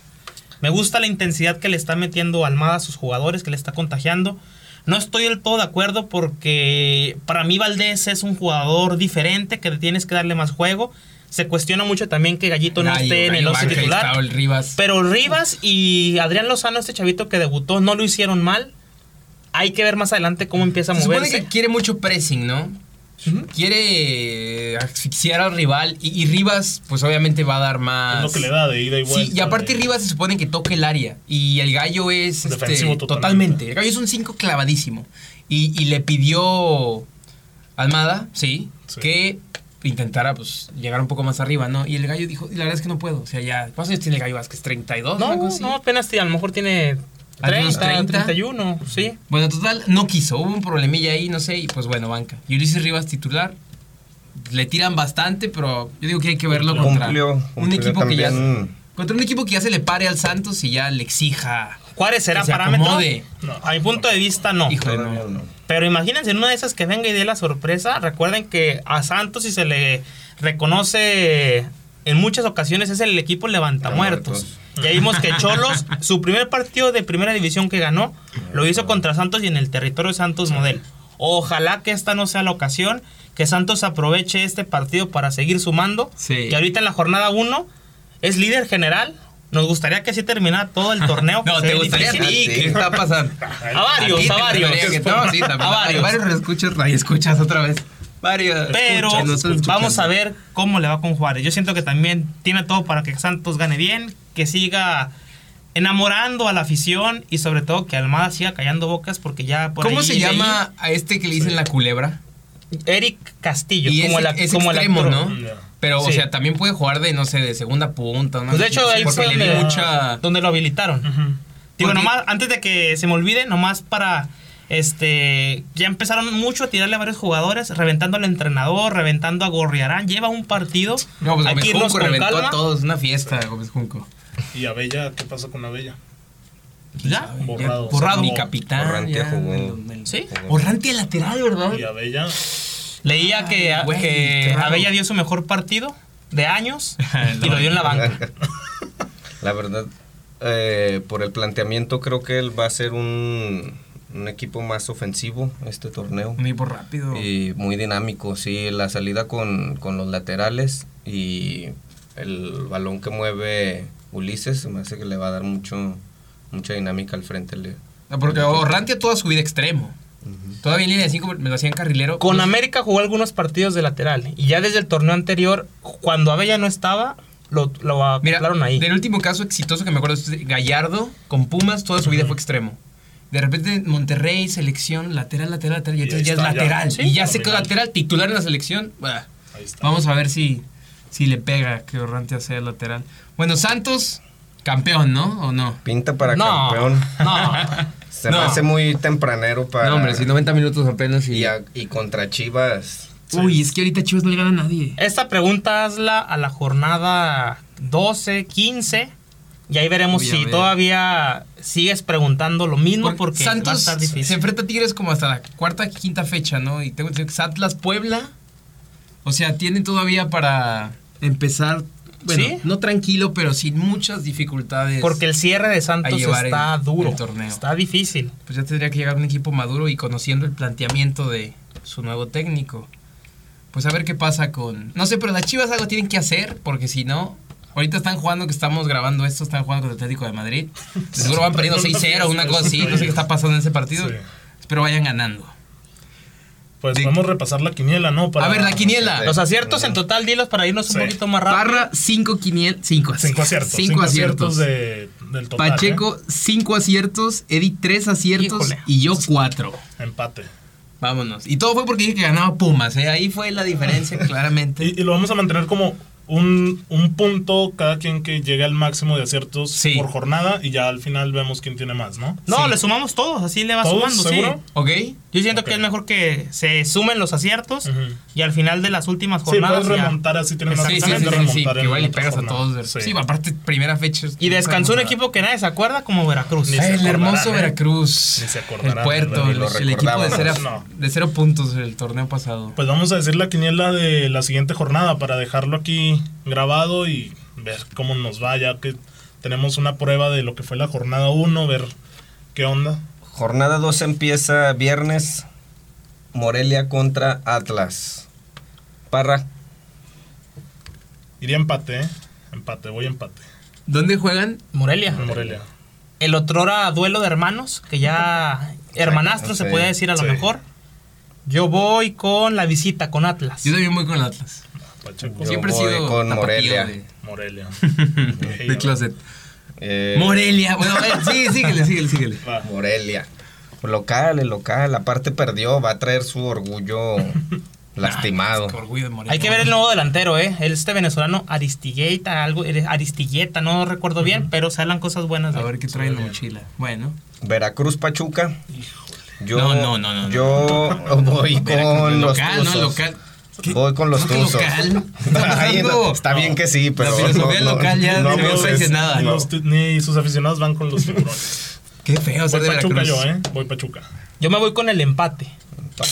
[SPEAKER 3] Me gusta la intensidad que le está metiendo Almada a sus jugadores, que le está contagiando. No estoy del todo de acuerdo porque para mí Valdés es un jugador diferente que tienes que darle más juego. Se cuestiona mucho también que Gallito no
[SPEAKER 4] Gallo,
[SPEAKER 3] esté en el
[SPEAKER 4] Gallo
[SPEAKER 3] 11
[SPEAKER 4] Vázquez,
[SPEAKER 3] titular.
[SPEAKER 4] Saúl Rivas.
[SPEAKER 3] Pero Rivas y Adrián Lozano, este chavito que debutó, no lo hicieron mal. Hay que ver más adelante cómo empieza a
[SPEAKER 4] Se supone
[SPEAKER 3] moverse.
[SPEAKER 4] que quiere mucho pressing, ¿no? Quiere eh, asfixiar al rival y, y Rivas, pues obviamente va a dar más.
[SPEAKER 1] Es lo que le da de ida y vuelta.
[SPEAKER 4] Sí, y aparte
[SPEAKER 1] de-
[SPEAKER 4] Rivas se supone que toca el área. Y el gallo es este,
[SPEAKER 1] Defensivo
[SPEAKER 4] totalmente.
[SPEAKER 1] totalmente.
[SPEAKER 4] El gallo es un 5 clavadísimo. Y, y le pidió Almada, sí,
[SPEAKER 1] Sí.
[SPEAKER 4] que intentara pues llegar un poco más arriba, ¿no? Y el gallo dijo, y la verdad es que no puedo. O sea, ya. ¿Cuántos años tiene el gallo Vázquez? ¿32?
[SPEAKER 3] No,
[SPEAKER 4] Una cosa así.
[SPEAKER 3] no, apenas tiene- a lo mejor tiene
[SPEAKER 4] Algunos
[SPEAKER 3] 30,
[SPEAKER 4] 30.
[SPEAKER 3] 31, sí.
[SPEAKER 4] Bueno, total, no quiso. Hubo un problemilla ahí, no sé, y pues bueno, banca. Y Ulises Rivas titular. Le tiran bastante, pero yo digo que hay que verlo contra
[SPEAKER 2] Cumplió,
[SPEAKER 4] un
[SPEAKER 2] cumplió
[SPEAKER 4] equipo que ya
[SPEAKER 2] también.
[SPEAKER 4] contra un equipo que ya se le pare al Santos y ya le exija.
[SPEAKER 3] ¿Juárez será
[SPEAKER 4] Que se
[SPEAKER 3] parámetro?
[SPEAKER 4] acomode.
[SPEAKER 3] No, a mi punto de vista, no.
[SPEAKER 4] Hijo.
[SPEAKER 2] Todavía no.
[SPEAKER 3] Pero imagínense, en una de esas que venga y dé la sorpresa, recuerden que a Santos, si se le reconoce en muchas ocasiones, es el equipo levantamuertos. Ya vimos que Cholos, su primer partido de primera división que ganó, lo hizo contra Santos y en el territorio de Santos Model. Ojalá que esta no sea la ocasión, que Santos aproveche este partido para seguir sumando.
[SPEAKER 4] Sí.
[SPEAKER 3] Y ahorita en la jornada 1 es líder general. Nos gustaría que así terminara todo el torneo. que
[SPEAKER 4] No, pues, eh, te
[SPEAKER 3] se ve
[SPEAKER 4] gustaría a
[SPEAKER 3] difícil.
[SPEAKER 4] ti, ¿qué está pasando?
[SPEAKER 3] A varios,
[SPEAKER 4] ti
[SPEAKER 3] a
[SPEAKER 4] te
[SPEAKER 3] varios.
[SPEAKER 4] gustaría que- no, sí, también.
[SPEAKER 3] A varios.
[SPEAKER 4] Varios reescuchas, escuchas otra vez. Varios.
[SPEAKER 3] Pero
[SPEAKER 4] escuchas, nos están
[SPEAKER 3] vamos
[SPEAKER 4] escuchando.
[SPEAKER 3] a ver cómo le va con Juárez. Yo siento que también tiene todo para que Santos gane bien, que siga enamorando a la afición y sobre todo que Almada siga callando bocas porque ya por
[SPEAKER 4] ¿Cómo
[SPEAKER 3] ahí
[SPEAKER 4] se
[SPEAKER 3] leí-
[SPEAKER 4] llama a este que le dicen la culebra?
[SPEAKER 3] Eric Castillo,
[SPEAKER 4] Y
[SPEAKER 3] como,
[SPEAKER 4] es-
[SPEAKER 3] la,
[SPEAKER 4] es
[SPEAKER 3] como
[SPEAKER 4] extremo,
[SPEAKER 3] el actor.
[SPEAKER 4] ¿no? Pero, o
[SPEAKER 3] Sí.
[SPEAKER 4] sea, también puede jugar de, no sé, de segunda punta. una
[SPEAKER 3] Pues de
[SPEAKER 4] cosa
[SPEAKER 3] hecho,
[SPEAKER 4] así,
[SPEAKER 3] ahí
[SPEAKER 4] porque
[SPEAKER 3] fue
[SPEAKER 4] le vi
[SPEAKER 3] donde,
[SPEAKER 4] mucha...
[SPEAKER 3] donde lo habilitaron. Digo,
[SPEAKER 4] Porque-
[SPEAKER 3] nomás, antes de que se me olvide, nomás para. Este, ya empezaron mucho a tirarle a varios jugadores, reventando al entrenador, reventando a Gorriarán. Lleva un partido.
[SPEAKER 4] No, pues
[SPEAKER 3] Hay que
[SPEAKER 4] Gómez
[SPEAKER 3] irnos
[SPEAKER 4] Junco
[SPEAKER 3] con
[SPEAKER 4] reventó
[SPEAKER 3] calma.
[SPEAKER 4] a todos. Una fiesta, Gómez Junco.
[SPEAKER 1] ¿Y Abella? ¿Qué pasa con Abella?
[SPEAKER 3] ¿Ya?
[SPEAKER 4] Ya,
[SPEAKER 1] Borrado.
[SPEAKER 4] borrado. Mi
[SPEAKER 1] Borrado.
[SPEAKER 4] capitán.
[SPEAKER 2] Orrantia
[SPEAKER 4] ya,
[SPEAKER 2] jugó.
[SPEAKER 4] el- el-
[SPEAKER 3] Sí.
[SPEAKER 4] Orrantia lateral, ¿verdad?
[SPEAKER 1] ¿Y Abella?
[SPEAKER 3] Leía que,
[SPEAKER 4] Ay, güey,
[SPEAKER 3] que
[SPEAKER 4] claro.
[SPEAKER 3] Abella dio su mejor partido de años y
[SPEAKER 4] No.
[SPEAKER 3] lo dio en la banca.
[SPEAKER 2] La verdad, eh, por el planteamiento creo que él va a ser un, un equipo más ofensivo este torneo.
[SPEAKER 4] Un equipo rápido.
[SPEAKER 2] Y muy dinámico, sí, la salida con, con los laterales y el balón que mueve Ulises, se me hace que le va a dar mucho mucha dinámica al frente. Le,
[SPEAKER 4] No, porque Orrantia toda su vida extremo. Todavía en línea de 5 me lo hacían carrilero.
[SPEAKER 3] Con
[SPEAKER 4] No sé-
[SPEAKER 3] América jugó algunos partidos de lateral y ya desde el torneo anterior, cuando Abella no estaba, lo, lo
[SPEAKER 4] Mira,
[SPEAKER 3] acoplaron ahí.
[SPEAKER 4] del último caso exitoso que me acuerdo es Gallardo con Pumas, toda su vida fue extremo. De repente Monterrey, selección, lateral, lateral, lateral, y
[SPEAKER 1] Y ahí
[SPEAKER 4] entonces ya es
[SPEAKER 1] está, ya.
[SPEAKER 4] lateral.
[SPEAKER 1] Sí,
[SPEAKER 4] y ya se quedó
[SPEAKER 1] dominante.
[SPEAKER 4] lateral, titular en la selección. Bah.
[SPEAKER 1] Ahí está.
[SPEAKER 4] Vamos a ver si, si le pega que Orrantia sea lateral. Bueno, Santos, campeón, ¿no? ¿O no?
[SPEAKER 2] pinta para
[SPEAKER 3] no,
[SPEAKER 2] campeón.
[SPEAKER 3] no.
[SPEAKER 2] Se
[SPEAKER 4] no.
[SPEAKER 2] me hace muy tempranero para...
[SPEAKER 4] No, hombre, si 90 minutos apenas y...
[SPEAKER 2] y, a- y contra Chivas.
[SPEAKER 4] Uy, es que ahorita Chivas no le gana a nadie.
[SPEAKER 3] Esta pregunta hazla a la jornada 12, 15 y ahí veremos
[SPEAKER 4] Uy, a
[SPEAKER 3] si
[SPEAKER 4] ver.
[SPEAKER 3] todavía sigues preguntando lo mismo
[SPEAKER 4] Porque
[SPEAKER 3] porque va a
[SPEAKER 4] Santos
[SPEAKER 3] estar difícil.
[SPEAKER 4] se enfrenta a Tigres como hasta la cuarta, quinta fecha, ¿no? Y tengo entendido que es Atlas Puebla. O sea, tienen todavía para empezar, bueno,
[SPEAKER 3] ¿Sí?
[SPEAKER 4] no tranquilo, pero sin muchas dificultades.
[SPEAKER 3] Porque el cierre de Santos
[SPEAKER 4] llevar el-
[SPEAKER 3] está
[SPEAKER 4] el
[SPEAKER 3] duro,
[SPEAKER 4] torneo.
[SPEAKER 3] está difícil.
[SPEAKER 4] pues ya tendría que llegar un equipo maduro y conociendo el planteamiento de su nuevo técnico. Pues a ver qué pasa con... No sé, pero las Chivas algo tienen que hacer, porque si no... Ahorita están jugando, que estamos grabando esto, están jugando contra el Atlético de Madrid. Seguro van perdiendo 6-0, una cosa así. No sé qué está pasando en ese partido.
[SPEAKER 1] Sí.
[SPEAKER 4] Espero vayan ganando.
[SPEAKER 1] Pues vamos a repasar la quiniela, ¿no? Para-
[SPEAKER 4] A ver, la quiniela.
[SPEAKER 3] Los aciertos en total, dilos para irnos un
[SPEAKER 1] Sí.
[SPEAKER 3] poquito más rápido.
[SPEAKER 4] Barra 5 aciertos.
[SPEAKER 1] Cinco aciertos.
[SPEAKER 4] 5
[SPEAKER 1] Cinco aciertos.
[SPEAKER 4] aciertos.
[SPEAKER 1] de- del total. ¿eh?
[SPEAKER 4] Pacheco 5 aciertos, Edith 3 aciertos
[SPEAKER 3] Híjole.
[SPEAKER 4] y yo 4.
[SPEAKER 1] ¿eh? Empate.
[SPEAKER 4] Vámonos. Y todo fue porque dije que ganaba Pumas, ¿eh? Ahí fue la diferencia, claramente.
[SPEAKER 1] Y, y lo vamos a mantener como un, un punto cada quien que llegue al máximo de aciertos
[SPEAKER 4] Sí.
[SPEAKER 1] por jornada y ya al final vemos quién tiene más, ¿no?
[SPEAKER 3] No,
[SPEAKER 4] Sí.
[SPEAKER 3] le sumamos todos, así le va
[SPEAKER 1] ¿Todos?
[SPEAKER 3] sumando,
[SPEAKER 1] ¿Seguro?
[SPEAKER 3] sí.
[SPEAKER 4] ¿Ok?
[SPEAKER 3] Yo siento
[SPEAKER 1] Ok.
[SPEAKER 3] que es mejor que se sumen los aciertos
[SPEAKER 1] Ujú.
[SPEAKER 3] y al final de las últimas
[SPEAKER 1] Sí,
[SPEAKER 3] jornadas.
[SPEAKER 1] puedes
[SPEAKER 3] ya.
[SPEAKER 1] remontar así, tienes más
[SPEAKER 4] Sí, sí,
[SPEAKER 1] chance
[SPEAKER 4] sí,
[SPEAKER 1] de
[SPEAKER 4] sí, sí,
[SPEAKER 1] remontar
[SPEAKER 4] que
[SPEAKER 1] en
[SPEAKER 4] igual le
[SPEAKER 1] otra
[SPEAKER 4] pegas a
[SPEAKER 1] jornada.
[SPEAKER 4] todos. ver- Sí, aparte, primera fecha.
[SPEAKER 3] Y descansó un equipo que nadie se acuerda como Veracruz.
[SPEAKER 1] Ni se
[SPEAKER 4] El
[SPEAKER 1] acordarán,
[SPEAKER 4] hermoso
[SPEAKER 1] ¿eh?
[SPEAKER 4] Veracruz.
[SPEAKER 1] Ni se acordarán,
[SPEAKER 4] El puerto,
[SPEAKER 1] ni
[SPEAKER 4] el,
[SPEAKER 2] lo
[SPEAKER 4] el equipo de
[SPEAKER 2] recordábamos.
[SPEAKER 4] cero,
[SPEAKER 1] No.
[SPEAKER 4] de cero puntos el torneo pasado.
[SPEAKER 1] Pues vamos a decir la quiniela de la siguiente jornada para dejarlo aquí grabado y ver cómo nos va, ya que tenemos una prueba de lo que fue la jornada 1, ver qué onda.
[SPEAKER 2] Jornada 2 empieza viernes. Morelia contra Atlas. Parra.
[SPEAKER 1] Iría empate, ¿eh? Empate, voy empate.
[SPEAKER 4] ¿Dónde juegan?
[SPEAKER 3] Morelia.
[SPEAKER 1] En Morelia.
[SPEAKER 3] El otrora duelo de hermanos, que ya hermanastro se
[SPEAKER 2] Sí,
[SPEAKER 3] puede decir a lo
[SPEAKER 1] sí.
[SPEAKER 3] mejor. Yo voy con la visita con Atlas.
[SPEAKER 4] Yo también voy con el Atlas.
[SPEAKER 1] Pacheco.
[SPEAKER 2] Yo
[SPEAKER 4] Siempre he
[SPEAKER 2] voy
[SPEAKER 4] sido
[SPEAKER 2] con
[SPEAKER 4] tapatío
[SPEAKER 2] Morelia.
[SPEAKER 4] de,
[SPEAKER 1] Morelia.
[SPEAKER 4] de closet.
[SPEAKER 2] Eh,
[SPEAKER 4] Morelia, bueno, a ver, sí, síguele, síguele, síguele.
[SPEAKER 1] Va.
[SPEAKER 2] Morelia. Local, el local. Aparte perdió, va a traer su orgullo lastimado.
[SPEAKER 4] Qué orgullo de Morelia.
[SPEAKER 3] Hay que ver el nuevo delantero, ¿eh? Este venezolano Aristigueta, algo, eh, Aristigueta, no recuerdo bien, pero salen cosas buenas. de
[SPEAKER 4] A
[SPEAKER 3] él.
[SPEAKER 4] ver qué trae en la mochila. Bueno,
[SPEAKER 2] Veracruz Pachuca. Yo,
[SPEAKER 4] No, no, no, no,
[SPEAKER 2] Yo voy
[SPEAKER 4] Veracruz,
[SPEAKER 2] con
[SPEAKER 4] el
[SPEAKER 2] los
[SPEAKER 4] local, ¿no? El
[SPEAKER 2] Tuzos.
[SPEAKER 4] local. ¿Qué?
[SPEAKER 2] Voy con los
[SPEAKER 4] ¿Cómo que
[SPEAKER 2] Tuzos.
[SPEAKER 4] local? Estamos
[SPEAKER 2] Ay, no,
[SPEAKER 4] dando-
[SPEAKER 2] está bien que sí, pero.
[SPEAKER 4] La filosofía
[SPEAKER 2] no, no,
[SPEAKER 4] local ya
[SPEAKER 2] no,
[SPEAKER 4] se me
[SPEAKER 2] pues,
[SPEAKER 4] ofrece nada,
[SPEAKER 1] ni,
[SPEAKER 4] ¿no?
[SPEAKER 1] los tu- ni sus aficionados van con los tiburones.
[SPEAKER 4] Qué feo ser
[SPEAKER 1] Voy
[SPEAKER 4] de
[SPEAKER 1] Pachuca
[SPEAKER 4] Veracruz.
[SPEAKER 1] yo, ¿eh? Voy Pachuca.
[SPEAKER 3] Yo me voy con el empate.
[SPEAKER 2] empate.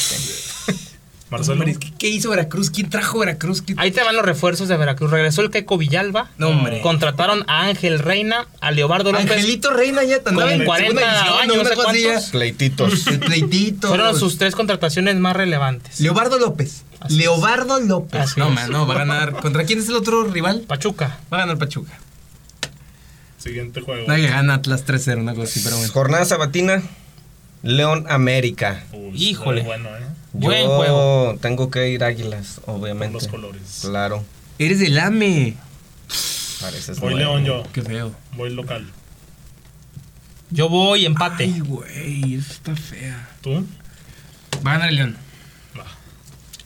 [SPEAKER 1] Marcelo.
[SPEAKER 4] Hombre, ¿qué, qué hizo Veracruz? ¿Quién trajo Veracruz? ¿Quién-
[SPEAKER 3] Ahí te van los refuerzos de Veracruz. Regresó el Keco Villalba.
[SPEAKER 4] No, hombre.
[SPEAKER 3] Contrataron a Ángel Reina, a Leobardo López.
[SPEAKER 4] Angelito Reina ya te andaba
[SPEAKER 3] Con
[SPEAKER 4] en
[SPEAKER 3] 40
[SPEAKER 4] segunda división,
[SPEAKER 3] años,
[SPEAKER 4] ¿no?
[SPEAKER 3] no sé
[SPEAKER 4] Una cosa así ya.
[SPEAKER 3] cuántos.
[SPEAKER 2] Pleititos.
[SPEAKER 4] El pleitito.
[SPEAKER 3] Fueron sus tres contrataciones más relevantes.
[SPEAKER 4] Leobardo López.
[SPEAKER 3] Así es.
[SPEAKER 4] Leobardo López.
[SPEAKER 3] Así
[SPEAKER 4] no,
[SPEAKER 3] es.
[SPEAKER 4] man, no, va a ganar. ¿Contra quién es el otro rival?
[SPEAKER 3] Pachuca.
[SPEAKER 4] Va a ganar Pachuca.
[SPEAKER 1] Siguiente juego.
[SPEAKER 4] Nadie gana Atlas 3-0, una cosa así, pero bueno.
[SPEAKER 2] Jornada sabatina. León América.
[SPEAKER 1] Uy,
[SPEAKER 3] Híjole.
[SPEAKER 1] Bueno, ¿eh?
[SPEAKER 3] Buen
[SPEAKER 2] Yo
[SPEAKER 3] juego.
[SPEAKER 2] tengo que ir Águilas,
[SPEAKER 1] Con
[SPEAKER 2] obviamente.
[SPEAKER 1] los colores.
[SPEAKER 2] Claro,
[SPEAKER 4] Eres del AME.
[SPEAKER 2] pareces
[SPEAKER 1] Voy
[SPEAKER 2] nuevo.
[SPEAKER 1] León yo.
[SPEAKER 4] Qué feo.
[SPEAKER 1] Voy local.
[SPEAKER 3] Yo voy empate.
[SPEAKER 4] Ay, güey, eso está fea.
[SPEAKER 1] ¿Tú?
[SPEAKER 4] Va a ganar el León.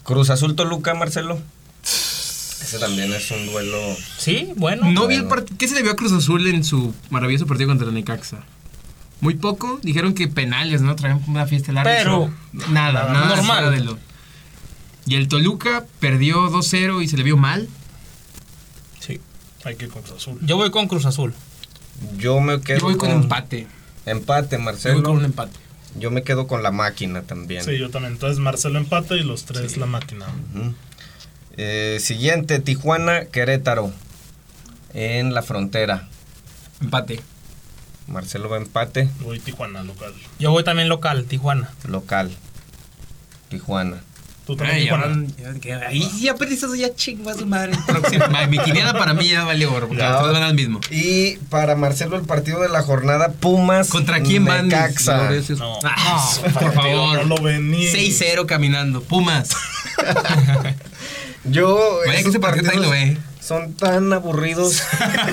[SPEAKER 2] Cruz Azul Toluca, Marcelo. Ese también es un duelo.
[SPEAKER 3] Sí, bueno.
[SPEAKER 4] No vi el
[SPEAKER 2] bueno.
[SPEAKER 4] partido. ¿Qué se le vio a Cruz Azul en su maravilloso partido contra el Necaxa? Muy poco. Dijeron que penales, ¿no? Traían una fiesta larga.
[SPEAKER 3] Pero-
[SPEAKER 4] Nada, nada.
[SPEAKER 3] normal.
[SPEAKER 4] fuera de lo- Y el Toluca perdió 2-0 y se le vio mal.
[SPEAKER 1] Sí. Hay que ir con Cruz Azul.
[SPEAKER 3] Yo voy con Cruz Azul.
[SPEAKER 2] Yo me quedo
[SPEAKER 4] Yo voy con empate.
[SPEAKER 2] Empate,
[SPEAKER 4] Yo voy
[SPEAKER 2] Marcelo.
[SPEAKER 4] con un empate.
[SPEAKER 2] Yo me quedo con la máquina también.
[SPEAKER 1] Sí, yo también. Entonces Marcelo empata y los tres la máquina.
[SPEAKER 2] Ujú. Eh, siguiente, Tijuana, Querétaro. En la frontera.
[SPEAKER 4] Empate.
[SPEAKER 2] Marcelo va empate,
[SPEAKER 1] Voy Tijuana local.
[SPEAKER 3] Yo voy también local, Tijuana.
[SPEAKER 2] local. Tijuana.
[SPEAKER 1] Tú también
[SPEAKER 4] Ay,
[SPEAKER 1] Tijuana.
[SPEAKER 4] ya- ya- ya- Ahí sí ya perdiste, eso ya chingo a su madre. Próximo. Ma- Mi quiniela para mí ya valió gorro. Porque
[SPEAKER 2] Ya.
[SPEAKER 4] todos van al mismo.
[SPEAKER 2] Y para Marcelo el partido de la jornada Pumas
[SPEAKER 4] ¿Contra quién van? mis
[SPEAKER 2] Necaxa.
[SPEAKER 4] gloriosos?
[SPEAKER 1] No.
[SPEAKER 4] Ah,
[SPEAKER 3] No,
[SPEAKER 4] por favor.
[SPEAKER 1] No lo ven ni.
[SPEAKER 4] 6-0 caminando. Pumas.
[SPEAKER 2] Yo
[SPEAKER 4] Vaya que
[SPEAKER 2] esos
[SPEAKER 4] ese partido
[SPEAKER 2] partidos
[SPEAKER 4] ahí lo ve.
[SPEAKER 2] son tan aburridos.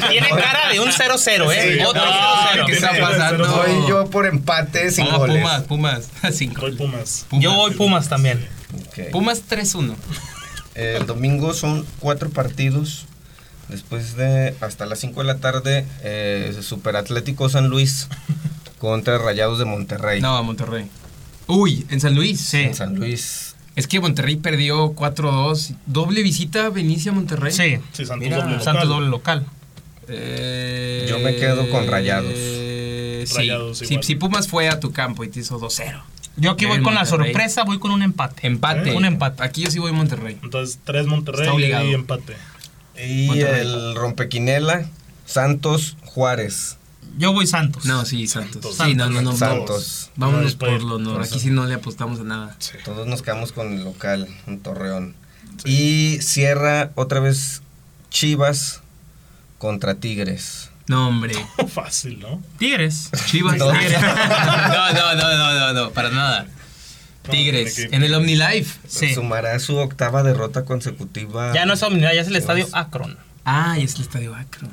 [SPEAKER 3] Tiene cara de un 0-0, ¿eh?
[SPEAKER 1] Sí.
[SPEAKER 3] Otro
[SPEAKER 1] No,
[SPEAKER 3] 0-0.
[SPEAKER 4] ¿Qué está
[SPEAKER 1] Tiene que
[SPEAKER 4] pasando?
[SPEAKER 1] ser-
[SPEAKER 2] Voy yo por empate sin
[SPEAKER 4] Ah,
[SPEAKER 2] goles.
[SPEAKER 4] Pumas, Pumas. Cinco.
[SPEAKER 1] Voy Pumas.
[SPEAKER 4] Pumas.
[SPEAKER 3] Yo voy Pumas también.
[SPEAKER 2] Ok.
[SPEAKER 4] Pumas 3-1.
[SPEAKER 2] El domingo son cuatro partidos. Después de hasta las 5 de la tarde, eh, Super Atlético San Luis contra Rayados de Monterrey.
[SPEAKER 4] No, Monterrey. Uy, en San Luis.
[SPEAKER 2] En San Luis.
[SPEAKER 4] Es que Monterrey perdió 4-2. Doble visita Benicia Monterrey.
[SPEAKER 3] Sí.
[SPEAKER 1] Sí, Santos
[SPEAKER 4] Mira,
[SPEAKER 1] doble local.
[SPEAKER 3] Santos doble local.
[SPEAKER 4] Eh,
[SPEAKER 2] Yo me quedo con Rayados.
[SPEAKER 4] eh, sí.
[SPEAKER 1] Rayados
[SPEAKER 4] Si,
[SPEAKER 1] igual.
[SPEAKER 4] si Pumas fue a tu campo y te hizo 2-0.
[SPEAKER 3] Yo aquí voy
[SPEAKER 4] El
[SPEAKER 3] con la
[SPEAKER 4] Monterrey.
[SPEAKER 3] sorpresa, voy con un
[SPEAKER 4] ¿Eh?
[SPEAKER 3] empate.
[SPEAKER 4] Empate.
[SPEAKER 3] Un empate.
[SPEAKER 4] Aquí yo sí voy Monterrey.
[SPEAKER 1] Entonces tres
[SPEAKER 4] Está
[SPEAKER 1] Monterrey
[SPEAKER 4] obligado.
[SPEAKER 1] y empate.
[SPEAKER 2] Y
[SPEAKER 4] Monterrey.
[SPEAKER 2] el rompequinela, Santos Juárez.
[SPEAKER 3] Yo voy Santos.
[SPEAKER 4] No, sí, Santos.
[SPEAKER 1] Santos.
[SPEAKER 4] Sí, no, no, no.
[SPEAKER 2] Santos.
[SPEAKER 4] no. Vámonos
[SPEAKER 1] No,
[SPEAKER 4] por lo honor.
[SPEAKER 1] entonces-
[SPEAKER 4] Aquí sí no le apostamos a nada.
[SPEAKER 2] Todos nos quedamos con el local, en Torreón. Y cierra otra vez Chivas contra Tigres.
[SPEAKER 4] No, hombre.
[SPEAKER 1] Fácil, ¿no?
[SPEAKER 3] Tigres.
[SPEAKER 4] Chivas.
[SPEAKER 2] No.
[SPEAKER 4] Tigres. No, no, no, no, no, no, para nada.
[SPEAKER 1] No,
[SPEAKER 4] Tigres.
[SPEAKER 1] tiene que-
[SPEAKER 4] En el OmniLife.
[SPEAKER 3] Sí.
[SPEAKER 2] Sumará su octava derrota consecutiva.
[SPEAKER 3] Ya no es Omnidad, ya es el
[SPEAKER 2] Dios.
[SPEAKER 3] estadio Akron.
[SPEAKER 4] Ah, y es el estadio Akron.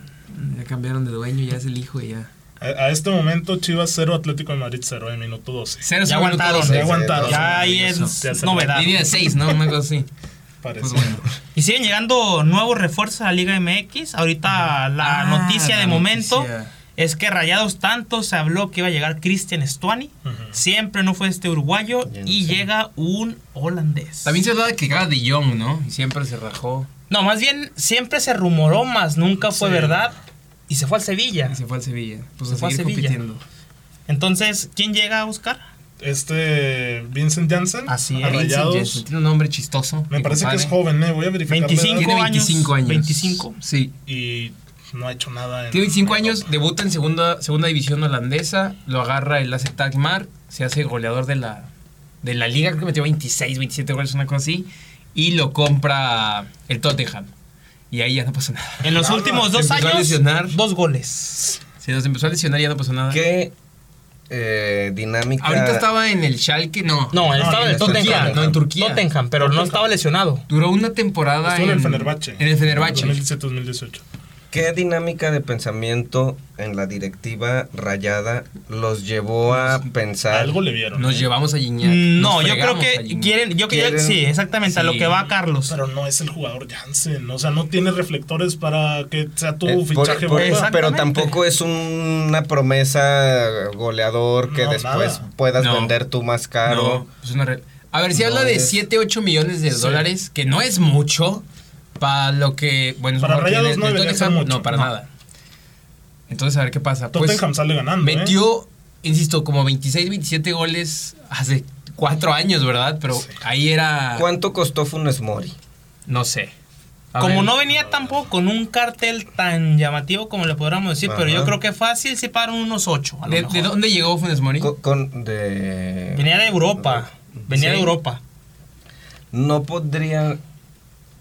[SPEAKER 4] Ya cambiaron de dueño, ya es el hijo y ya.
[SPEAKER 1] A, a este momento Chivas 0, Atlético de Madrid 0 en minuto 12.
[SPEAKER 4] Cero
[SPEAKER 3] Ya
[SPEAKER 4] segundo
[SPEAKER 3] aguantaron,
[SPEAKER 4] todo.
[SPEAKER 1] Ya aguantaron.
[SPEAKER 3] Ya ahí es
[SPEAKER 1] Ya se-
[SPEAKER 3] novedad.
[SPEAKER 4] ¿eh? Línea de seis, ¿no? Una cosa así.
[SPEAKER 1] Parece.
[SPEAKER 4] Pues bueno.
[SPEAKER 3] Y siguen llegando nuevos refuerzos a la Liga MX. Ahorita la
[SPEAKER 4] Ah,
[SPEAKER 3] noticia
[SPEAKER 4] la
[SPEAKER 3] de momento
[SPEAKER 4] noticia.
[SPEAKER 3] es que Rayados tanto se habló que iba a llegar Cristian Stuani.
[SPEAKER 1] Ujú.
[SPEAKER 3] Siempre no fue este uruguayo
[SPEAKER 2] Ya no
[SPEAKER 3] y
[SPEAKER 2] sé.
[SPEAKER 3] llega un holandés.
[SPEAKER 4] También se hablaba de que llegaba de Jong, ¿no? Y siempre se rajó.
[SPEAKER 3] No, más bien siempre se rumoró más, nunca fue
[SPEAKER 1] Sí.
[SPEAKER 3] verdad y se fue al Sevilla.
[SPEAKER 4] Y se fue al Sevilla. Pues
[SPEAKER 3] Se
[SPEAKER 4] a
[SPEAKER 3] fue al
[SPEAKER 4] seguir
[SPEAKER 3] Sevilla.
[SPEAKER 4] compitiendo.
[SPEAKER 3] Entonces, ¿quién llega a buscar?
[SPEAKER 1] Este Vincent Janssen.
[SPEAKER 3] Así es.
[SPEAKER 1] a
[SPEAKER 4] Vincent
[SPEAKER 1] Rayados.
[SPEAKER 4] Jensen, Tiene un nombre chistoso.
[SPEAKER 1] Me
[SPEAKER 4] mi
[SPEAKER 1] parece que
[SPEAKER 4] compadre.
[SPEAKER 1] es joven, ¿eh? Voy a verificar. la edad.
[SPEAKER 3] 25.
[SPEAKER 4] Tiene 25 años.
[SPEAKER 3] 25.
[SPEAKER 4] Sí.
[SPEAKER 1] Y no ha hecho nada. En
[SPEAKER 4] Tiene 25
[SPEAKER 1] en
[SPEAKER 4] años,
[SPEAKER 1] Europa.
[SPEAKER 4] debuta en segunda, segunda división holandesa, lo agarra el AC Tagmar, se hace goleador de la, de la liga, creo que metió 26, 27 goles, una cosa así, y lo compra el Tottenham. y ahí ya no pasó nada.
[SPEAKER 3] En los
[SPEAKER 4] No,
[SPEAKER 3] últimos
[SPEAKER 4] no,
[SPEAKER 3] dos
[SPEAKER 4] se empezó a
[SPEAKER 3] años,
[SPEAKER 4] lesionar.
[SPEAKER 3] dos goles.
[SPEAKER 4] Se nos empezó a lesionar y ya no pasó nada.
[SPEAKER 2] ¿Qué eh, dinámica?
[SPEAKER 4] Ahorita estaba en el Schalke, no.
[SPEAKER 6] No, él
[SPEAKER 1] No,
[SPEAKER 6] estaba
[SPEAKER 1] en
[SPEAKER 6] en el
[SPEAKER 2] Turquía,
[SPEAKER 6] Tottenham.
[SPEAKER 4] no, en Turquía.
[SPEAKER 6] Tottenham, pero no estaba lesionado.
[SPEAKER 4] Duró una temporada
[SPEAKER 1] Estuvo en el Fenerbahce.
[SPEAKER 4] En el Fenerbahce.
[SPEAKER 1] 2017-2018.
[SPEAKER 2] ¿Qué dinámica de pensamiento en la directiva rayada los llevó a
[SPEAKER 3] Pues,
[SPEAKER 2] pensar?
[SPEAKER 1] Algo le vieron.
[SPEAKER 4] Nos
[SPEAKER 1] ¿eh?
[SPEAKER 4] llevamos a Gignac.
[SPEAKER 3] Mm, No,
[SPEAKER 4] nos
[SPEAKER 3] yo creo
[SPEAKER 4] fregamos a
[SPEAKER 3] que
[SPEAKER 4] Gignac.
[SPEAKER 3] quieren, yo creo
[SPEAKER 2] Quieren-
[SPEAKER 3] sí, exactamente a lo
[SPEAKER 4] sí.
[SPEAKER 3] que va Carlos.
[SPEAKER 1] Pero no es el jugador Jansen. O sea, no tiene reflectores para que sea tu
[SPEAKER 2] Eh, por-
[SPEAKER 1] fichaje.
[SPEAKER 2] por-
[SPEAKER 1] bomba.
[SPEAKER 3] exacto.
[SPEAKER 2] pero
[SPEAKER 3] Exactamente.
[SPEAKER 2] tampoco es una promesa goleador que
[SPEAKER 1] No,
[SPEAKER 2] después
[SPEAKER 1] nada.
[SPEAKER 2] puedas
[SPEAKER 4] No.
[SPEAKER 2] vender tú más
[SPEAKER 4] No, pues
[SPEAKER 2] caro.
[SPEAKER 4] es una re- A ver, si
[SPEAKER 2] No
[SPEAKER 4] habla de
[SPEAKER 2] es-
[SPEAKER 4] 7, 8 millones de dólares, que no es mucho, para lo que... Bueno, es un
[SPEAKER 1] Para
[SPEAKER 4] jugador que
[SPEAKER 1] Rayados
[SPEAKER 4] de-
[SPEAKER 1] no
[SPEAKER 4] de
[SPEAKER 1] debería ser
[SPEAKER 4] Tottenham,
[SPEAKER 1] mucho,
[SPEAKER 4] No, para
[SPEAKER 1] no.
[SPEAKER 4] nada. Entonces, a ver qué pasa. Pues,
[SPEAKER 1] Tottenham sale ganando. ¿eh?
[SPEAKER 4] metió, insisto, como 26, 27 goles hace 4 años, ¿verdad? Pero ahí era...
[SPEAKER 2] ¿Cuánto costó Funes Mori?
[SPEAKER 4] No sé. A
[SPEAKER 3] Como
[SPEAKER 4] ver,
[SPEAKER 3] no venía tampoco con un cartel tan llamativo como le podríamos decir, pero yo
[SPEAKER 2] Ajá.
[SPEAKER 3] creo que fácil se pagaron unos ocho. a lo
[SPEAKER 4] ¿De,
[SPEAKER 3] mejor.
[SPEAKER 4] de dónde llegó Funes Mori?
[SPEAKER 2] Co- Con, de-
[SPEAKER 3] Venía de Europa. Venía
[SPEAKER 4] Sí.
[SPEAKER 3] de Europa.
[SPEAKER 2] No podría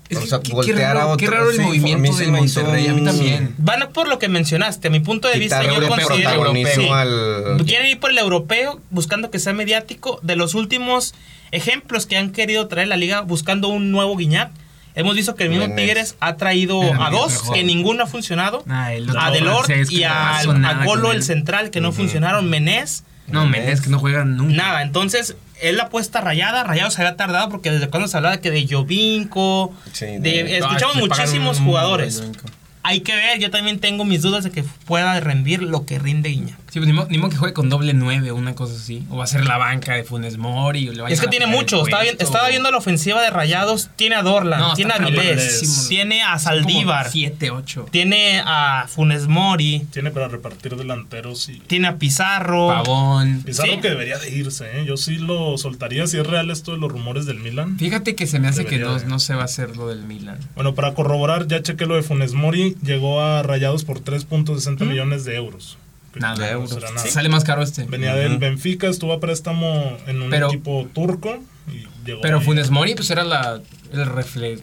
[SPEAKER 4] Es
[SPEAKER 2] o
[SPEAKER 4] que-
[SPEAKER 2] sea,
[SPEAKER 4] qué- qué
[SPEAKER 2] voltear
[SPEAKER 4] raro-
[SPEAKER 2] a
[SPEAKER 4] qué
[SPEAKER 2] otro-
[SPEAKER 4] raro el
[SPEAKER 2] sí, a
[SPEAKER 4] movimiento
[SPEAKER 2] mí se
[SPEAKER 4] del
[SPEAKER 2] me hizo
[SPEAKER 4] Monterrey, a mí
[SPEAKER 2] un-
[SPEAKER 4] también.
[SPEAKER 3] Van por lo que mencionaste, a mi punto de vista,
[SPEAKER 2] quitarle
[SPEAKER 3] yo considero
[SPEAKER 2] protagonismo
[SPEAKER 3] Sí.
[SPEAKER 2] al...
[SPEAKER 3] Quieren ir por el europeo buscando que sea mediático. De los últimos ejemplos que han querido traer la liga buscando un nuevo Guiñac, hemos visto que el mismo
[SPEAKER 2] Menes.
[SPEAKER 3] Tigres ha traído
[SPEAKER 4] Era
[SPEAKER 3] a
[SPEAKER 4] medio
[SPEAKER 3] dos,
[SPEAKER 4] mejor.
[SPEAKER 3] que ninguno ha funcionado.
[SPEAKER 4] Ah, el otro
[SPEAKER 3] a Delort
[SPEAKER 4] francés que
[SPEAKER 3] y
[SPEAKER 4] no
[SPEAKER 3] a,
[SPEAKER 4] pasó nada
[SPEAKER 3] a Golo,
[SPEAKER 4] con él.
[SPEAKER 3] el central, que no funcionaron. Menés,
[SPEAKER 4] No, Mendes, que no juegan nunca.
[SPEAKER 3] nada. Entonces, es la apuesta rayada. Rayado se había tardado porque desde cuando se hablaba que de Jovinko,
[SPEAKER 2] Sí,
[SPEAKER 3] de-
[SPEAKER 2] de-
[SPEAKER 3] escuchamos
[SPEAKER 4] Ah, le pagaron
[SPEAKER 3] muchísimos
[SPEAKER 4] un-
[SPEAKER 3] jugadores.
[SPEAKER 4] un- un-
[SPEAKER 3] Hay que ver, yo también tengo mis dudas de que pueda rendir lo que rinde Guiñac.
[SPEAKER 4] Sí, pues ni modo, ni modo que juegue con doble 9 o una cosa así. O va a ser la banca de Funes Mori. O le vayan
[SPEAKER 3] Es que
[SPEAKER 4] a
[SPEAKER 3] tiene
[SPEAKER 4] pegar el
[SPEAKER 3] mucho. Estaba, vi-
[SPEAKER 4] puesto.
[SPEAKER 3] estaba viendo la ofensiva de Rayados. Tiene a Dorlan,
[SPEAKER 4] No,
[SPEAKER 3] tiene a
[SPEAKER 4] está
[SPEAKER 3] Vilés,
[SPEAKER 4] malísimo.
[SPEAKER 3] tiene a
[SPEAKER 4] Son como
[SPEAKER 3] Saldívar,
[SPEAKER 4] Siete, ocho.
[SPEAKER 3] tiene a Funes Mori,
[SPEAKER 1] Tiene para repartir delanteros y.
[SPEAKER 3] tiene a Pizarro.
[SPEAKER 4] Pavón.
[SPEAKER 1] Pizarro
[SPEAKER 3] Sí.
[SPEAKER 1] que debería de irse, ¿eh? Yo sí lo soltaría si es real esto de los rumores del Milan.
[SPEAKER 4] Fíjate que se me hace que
[SPEAKER 1] Debería
[SPEAKER 4] no,
[SPEAKER 1] de.
[SPEAKER 4] no se va a hacer lo del Milan.
[SPEAKER 1] Bueno, para corroborar, ya chequé lo de Funes Mori. Llegó a Rayados por 3.60 millones de euros. Que
[SPEAKER 4] Nada,
[SPEAKER 1] Pues, no
[SPEAKER 4] euros.
[SPEAKER 1] será nada.
[SPEAKER 4] Sale más caro este.
[SPEAKER 1] Venía del Benfica, estuvo a préstamo en un
[SPEAKER 4] Pero-
[SPEAKER 1] equipo turco. Y llegó
[SPEAKER 4] Pero
[SPEAKER 1] ahí.
[SPEAKER 4] Funes Mori, pues era la, el, refle-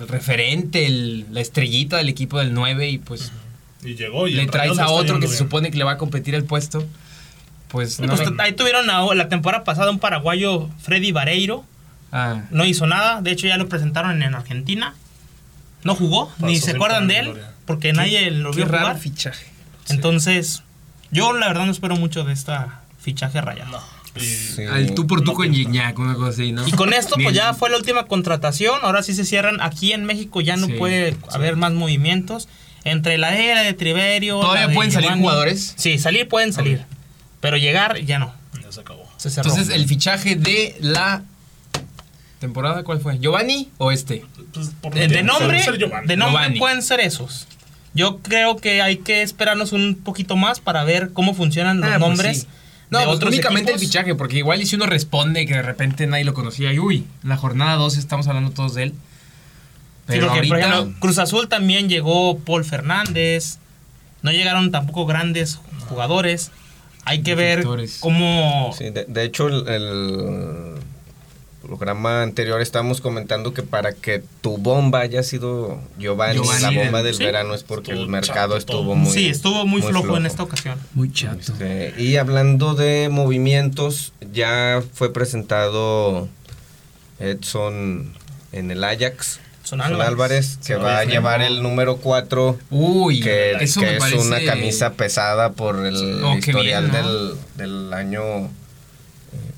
[SPEAKER 4] el referente, el- la estrellita del equipo del 9. Y pues
[SPEAKER 1] Y llegó. Y
[SPEAKER 4] le
[SPEAKER 1] en Rayados
[SPEAKER 4] traes
[SPEAKER 1] le
[SPEAKER 4] a
[SPEAKER 1] está
[SPEAKER 4] otro que
[SPEAKER 1] yendo
[SPEAKER 4] se
[SPEAKER 1] bien.
[SPEAKER 4] supone que le va a competir el puesto. Pues no.
[SPEAKER 3] Pues
[SPEAKER 4] me-
[SPEAKER 3] t- ahí tuvieron a- la temporada pasada un paraguayo, Freddy Vareiro.
[SPEAKER 4] Ah.
[SPEAKER 3] No hizo nada. De hecho, ya lo presentaron en Argentina. No jugó,
[SPEAKER 1] Pasó
[SPEAKER 3] ni se
[SPEAKER 1] sin
[SPEAKER 3] acuerdan de
[SPEAKER 1] pena
[SPEAKER 3] él,
[SPEAKER 1] ni gloria.
[SPEAKER 3] porque nadie lo
[SPEAKER 4] Qué
[SPEAKER 3] vio
[SPEAKER 4] raro
[SPEAKER 3] jugar.
[SPEAKER 4] fichaje.
[SPEAKER 3] Entonces, yo la verdad no espero mucho de esta fichaje rayado.
[SPEAKER 1] Y
[SPEAKER 2] Sí.
[SPEAKER 4] Al tú por
[SPEAKER 1] No
[SPEAKER 4] tú con
[SPEAKER 1] pinta.
[SPEAKER 4] Gignac, una cosa así, ¿no?
[SPEAKER 3] Y con esto, pues
[SPEAKER 4] Bien.
[SPEAKER 3] ya fue la última contratación. Ahora sí se cierran. Aquí en México ya no
[SPEAKER 4] Sí,
[SPEAKER 3] puede haber más movimientos. Entre la era de Triverio.
[SPEAKER 4] ¿Todavía
[SPEAKER 3] la de
[SPEAKER 4] pueden salir
[SPEAKER 3] Giovanni-
[SPEAKER 4] jugadores?
[SPEAKER 3] Sí, salir pueden salir. Pero llegar ya no.
[SPEAKER 1] Ya se acabó.
[SPEAKER 3] Se cerró.
[SPEAKER 4] Entonces, el fichaje de la temporada, ¿cuál fue? ¿Giovanni o este?
[SPEAKER 1] Pues, por
[SPEAKER 3] de, de
[SPEAKER 1] tiempo,
[SPEAKER 3] nombre,
[SPEAKER 1] Ser Giovanni.
[SPEAKER 3] de nombre
[SPEAKER 4] Giovanni.
[SPEAKER 3] pueden ser esos. Yo creo que hay que esperarnos un poquito más para ver cómo funcionan los
[SPEAKER 4] Ah, pues
[SPEAKER 3] nombres.
[SPEAKER 4] sí. No,
[SPEAKER 3] de
[SPEAKER 4] pues,
[SPEAKER 3] otros
[SPEAKER 4] únicamente el
[SPEAKER 3] equipos.
[SPEAKER 4] fichaje, porque igual y si uno responde que de repente nadie lo conocía y uy, en la jornada 2 estamos hablando todos de él.
[SPEAKER 3] Sí,
[SPEAKER 4] Pero
[SPEAKER 3] porque, por
[SPEAKER 4] ahorita
[SPEAKER 3] ejemplo, Cruz Azul también llegó Paul Fernández. No llegaron tampoco grandes jugadores. Hay que ver
[SPEAKER 4] Defectores.
[SPEAKER 3] cómo.
[SPEAKER 2] Sí, de, de hecho, el, el programa anterior estábamos comentando que para que tu bomba haya sido Giovanni,
[SPEAKER 4] Giovanni,
[SPEAKER 2] la bomba
[SPEAKER 4] el-
[SPEAKER 2] del
[SPEAKER 3] sí.
[SPEAKER 2] verano es porque
[SPEAKER 1] Estuvo
[SPEAKER 2] el mercado
[SPEAKER 1] chato todo.
[SPEAKER 2] estuvo muy
[SPEAKER 3] sí, estuvo muy, flojo, en esta ocasión.
[SPEAKER 4] muy chato.
[SPEAKER 2] Este, y hablando de movimientos, ya fue presentado Edson en el Ajax.
[SPEAKER 3] Son
[SPEAKER 2] Edson
[SPEAKER 3] Álvarez.
[SPEAKER 2] Álvarez, que va a llevar el número 4,
[SPEAKER 4] Uy,
[SPEAKER 2] que,
[SPEAKER 4] eso
[SPEAKER 2] que
[SPEAKER 4] me
[SPEAKER 2] es
[SPEAKER 4] parece
[SPEAKER 2] una camisa pesada por el
[SPEAKER 4] Oh, qué
[SPEAKER 2] historial
[SPEAKER 4] bien, ¿no?
[SPEAKER 2] del, del año eh,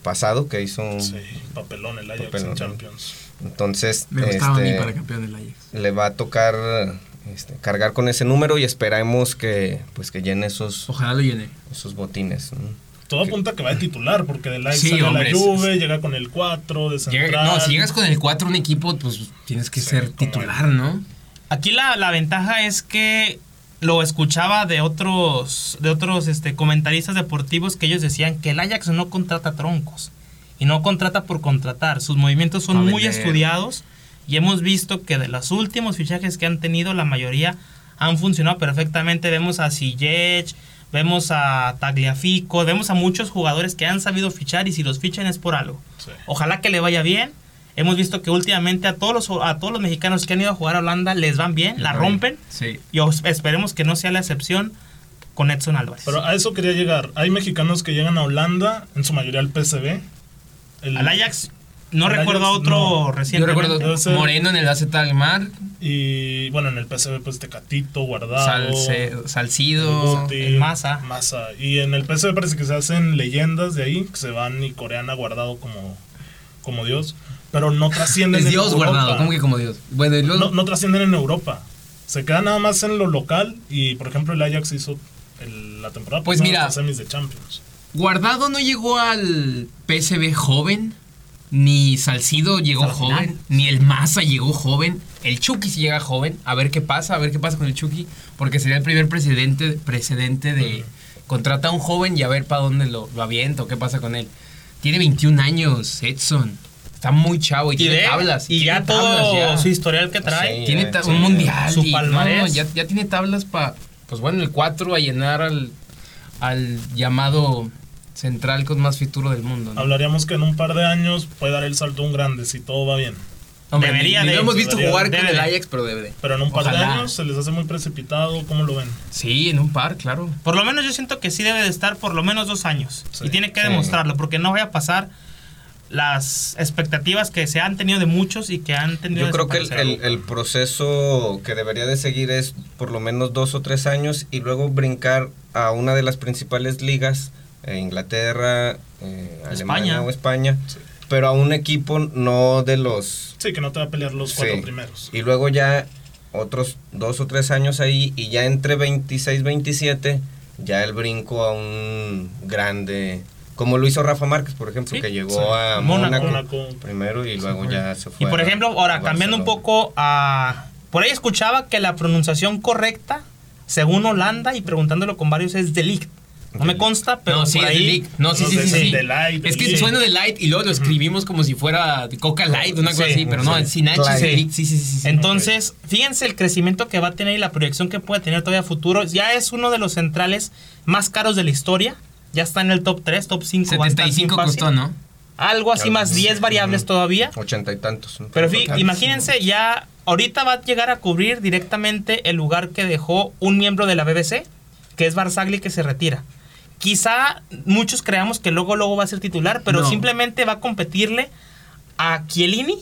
[SPEAKER 2] pasado que hizo un,
[SPEAKER 1] Sí, papelón el Ajax
[SPEAKER 2] Papelón.
[SPEAKER 1] en Champions.
[SPEAKER 2] Entonces,
[SPEAKER 4] Me gustaba a mí
[SPEAKER 2] este,
[SPEAKER 4] para campeón del Ajax.
[SPEAKER 2] le va a tocar este, cargar con ese número y esperemos que pues que llene esos,
[SPEAKER 4] Ojalá lo llene.
[SPEAKER 2] esos botines. ¿no?
[SPEAKER 1] Todo apunta a que va de titular, porque del Ajax
[SPEAKER 4] Sí,
[SPEAKER 1] sale a
[SPEAKER 4] hombre,
[SPEAKER 1] la
[SPEAKER 4] es-
[SPEAKER 1] Juve, llega con el 4, de central.
[SPEAKER 4] Llega- no, si llegas con el 4 a un equipo, pues tienes que ser
[SPEAKER 1] como
[SPEAKER 4] titular, ¿no?
[SPEAKER 3] Aquí la, la ventaja es que lo escuchaba de otros, de otros este, comentaristas deportivos que ellos decían que el Ajax no contrata troncos y no contrata por contratar. Sus movimientos son
[SPEAKER 4] A
[SPEAKER 3] muy
[SPEAKER 4] vender.
[SPEAKER 3] estudiados y hemos visto que de los últimos fichajes que han tenido, la mayoría han funcionado perfectamente. Vemos a Ziyech, vemos a Tagliafico, vemos a muchos jugadores que han sabido fichar y si los fichan es por algo.
[SPEAKER 1] Sí.
[SPEAKER 3] Ojalá que le vaya bien. Hemos visto que últimamente a todos los, a todos los mexicanos que han ido a jugar a Holanda les van bien, la rompen.
[SPEAKER 4] Sí.
[SPEAKER 3] Y os- esperemos que no sea la excepción con Edson Álvarez.
[SPEAKER 1] Pero a eso quería llegar. Hay mexicanos que llegan a Holanda, en su mayoría al PSV. El-
[SPEAKER 3] Al Ajax, no
[SPEAKER 1] Al Ajax,
[SPEAKER 3] recuerdo a
[SPEAKER 1] no.
[SPEAKER 3] otro
[SPEAKER 4] Yo
[SPEAKER 3] reciente.
[SPEAKER 4] recuerdo
[SPEAKER 1] Entonces-
[SPEAKER 4] Moreno en el AZ Almar,
[SPEAKER 1] Y bueno, en el PSV pues Tecatito, Guardado.
[SPEAKER 4] Salce- Salcido.
[SPEAKER 1] Guti,
[SPEAKER 3] el Maza.
[SPEAKER 1] Maza. Y en el PSV parece que se hacen leyendas de ahí, que se van y Coreana Guardado como, como Dios. Pero no trascienden
[SPEAKER 4] Es
[SPEAKER 1] en
[SPEAKER 4] Dios
[SPEAKER 1] Europa.
[SPEAKER 4] guardado, ¿cómo que como Dios? Bueno, y luego.
[SPEAKER 1] no, no trascienden en Europa. Se queda nada más en lo local y, por ejemplo, el Ajax hizo el- la temporada
[SPEAKER 4] Pues
[SPEAKER 1] pasada
[SPEAKER 4] mira.
[SPEAKER 1] las semis de Champions.
[SPEAKER 4] Guardado no llegó al PSV joven, ni Salcido llegó
[SPEAKER 3] Hasta la final.
[SPEAKER 4] joven, ni el Maza llegó joven. El Chucky sí llega joven, a ver qué pasa, a ver qué pasa con el Chucky, porque sería el primer presidente, precedente de contrata a un joven y a ver para dónde lo, lo avienta o qué pasa con él. Tiene 21 años, Edson. Está muy chavo y,
[SPEAKER 3] Y,
[SPEAKER 4] tiene
[SPEAKER 3] de-
[SPEAKER 4] tablas.
[SPEAKER 3] y
[SPEAKER 4] tiene
[SPEAKER 3] ya
[SPEAKER 4] tablas
[SPEAKER 3] todo
[SPEAKER 4] ya.
[SPEAKER 3] su historial que
[SPEAKER 2] No
[SPEAKER 3] trae.
[SPEAKER 2] sé.
[SPEAKER 4] Tiene
[SPEAKER 2] Sí,
[SPEAKER 4] ta-
[SPEAKER 2] sí.
[SPEAKER 4] un mundial.
[SPEAKER 3] Su
[SPEAKER 4] y-
[SPEAKER 3] palmarés.
[SPEAKER 4] no, ya, ya tiene tablas para, pues bueno, el 4 a llenar al, al llamado central con más futuro del mundo. ¿no?
[SPEAKER 1] Hablaríamos que en un par de años puede dar el salto un grande si todo va bien.
[SPEAKER 4] Hombre,
[SPEAKER 3] Debería
[SPEAKER 4] ni- ni
[SPEAKER 3] de-
[SPEAKER 4] lo hemos visto
[SPEAKER 1] debería-
[SPEAKER 4] jugar
[SPEAKER 3] debe
[SPEAKER 4] con el
[SPEAKER 3] de.
[SPEAKER 4] Ajax, pero debe de.
[SPEAKER 1] Pero en un par de
[SPEAKER 4] Ojalá.
[SPEAKER 1] años se les hace muy precipitado, ¿cómo lo ven?
[SPEAKER 4] Sí, en un par, claro.
[SPEAKER 3] Por lo menos yo siento que sí debe de estar por lo menos dos años.
[SPEAKER 1] Sí,
[SPEAKER 3] y tiene que
[SPEAKER 2] sí.
[SPEAKER 3] demostrarlo, porque no voy a pasar las expectativas que se han tenido de muchos y que han tenido
[SPEAKER 2] Yo creo que el, el-
[SPEAKER 3] desaparecer.
[SPEAKER 2] el proceso que debería de seguir es por lo menos dos o tres años y luego brincar a una de las principales ligas, eh, Inglaterra, eh, Alemania
[SPEAKER 3] España.
[SPEAKER 2] o España, pero a un equipo no de los...
[SPEAKER 1] Sí, que no te va a pelear los cuatro
[SPEAKER 2] sí.
[SPEAKER 1] primeros.
[SPEAKER 2] Y luego ya otros dos o tres años ahí y ya entre 26, 27, ya el brinco a un grande... Como lo hizo Rafa Márquez, por ejemplo,
[SPEAKER 3] Sí,
[SPEAKER 2] que llegó
[SPEAKER 1] sí.
[SPEAKER 2] a
[SPEAKER 3] Mónaco.
[SPEAKER 2] Mónaco,
[SPEAKER 1] Mónaco.
[SPEAKER 2] primero y luego ya se
[SPEAKER 3] Y
[SPEAKER 2] fue.
[SPEAKER 3] por
[SPEAKER 2] a
[SPEAKER 3] ejemplo, ahora cambiando un
[SPEAKER 2] Barcelona.
[SPEAKER 3] poco a... Por ahí escuchaba que la pronunciación correcta, según Holanda y preguntándolo con varios, es Delict. No me consta, pero
[SPEAKER 4] no, sí,
[SPEAKER 3] por
[SPEAKER 4] es de
[SPEAKER 3] ahí...
[SPEAKER 4] Lick. No, sí,
[SPEAKER 1] no
[SPEAKER 4] sí,
[SPEAKER 1] sé
[SPEAKER 4] sí.
[SPEAKER 1] si
[SPEAKER 4] sí.
[SPEAKER 1] de Light,
[SPEAKER 4] es
[SPEAKER 1] de
[SPEAKER 4] que
[SPEAKER 1] Lick.
[SPEAKER 4] suena de Light y luego lo escribimos como si fuera de Coca Light, una cosa
[SPEAKER 3] Sí,
[SPEAKER 4] así, pero no,
[SPEAKER 2] sí.
[SPEAKER 4] es sin H, es de
[SPEAKER 2] Light.
[SPEAKER 4] Lick. Sí, sí, sí. sí.
[SPEAKER 3] Entonces, fíjense el crecimiento que va a tener y la proyección que puede tener todavía a futuro. Ya es uno de los centrales más caros de la historia. Ya está en el top 3, top 5.
[SPEAKER 4] 75 costó, ¿no?
[SPEAKER 3] Algo así,
[SPEAKER 2] Algo
[SPEAKER 3] más
[SPEAKER 2] así.
[SPEAKER 3] 10 variables
[SPEAKER 2] Ujú.
[SPEAKER 3] todavía.
[SPEAKER 2] Ochenta y tantos. ¿no?
[SPEAKER 3] Pero fí-
[SPEAKER 2] Total.
[SPEAKER 3] imagínense, ya ahorita va a llegar a cubrir directamente el lugar que dejó un miembro de la BBC, que es Barzagli, que se retira. Quizá muchos creamos que luego, luego va a ser titular, pero
[SPEAKER 4] No.
[SPEAKER 3] simplemente va a competirle a Chiellini,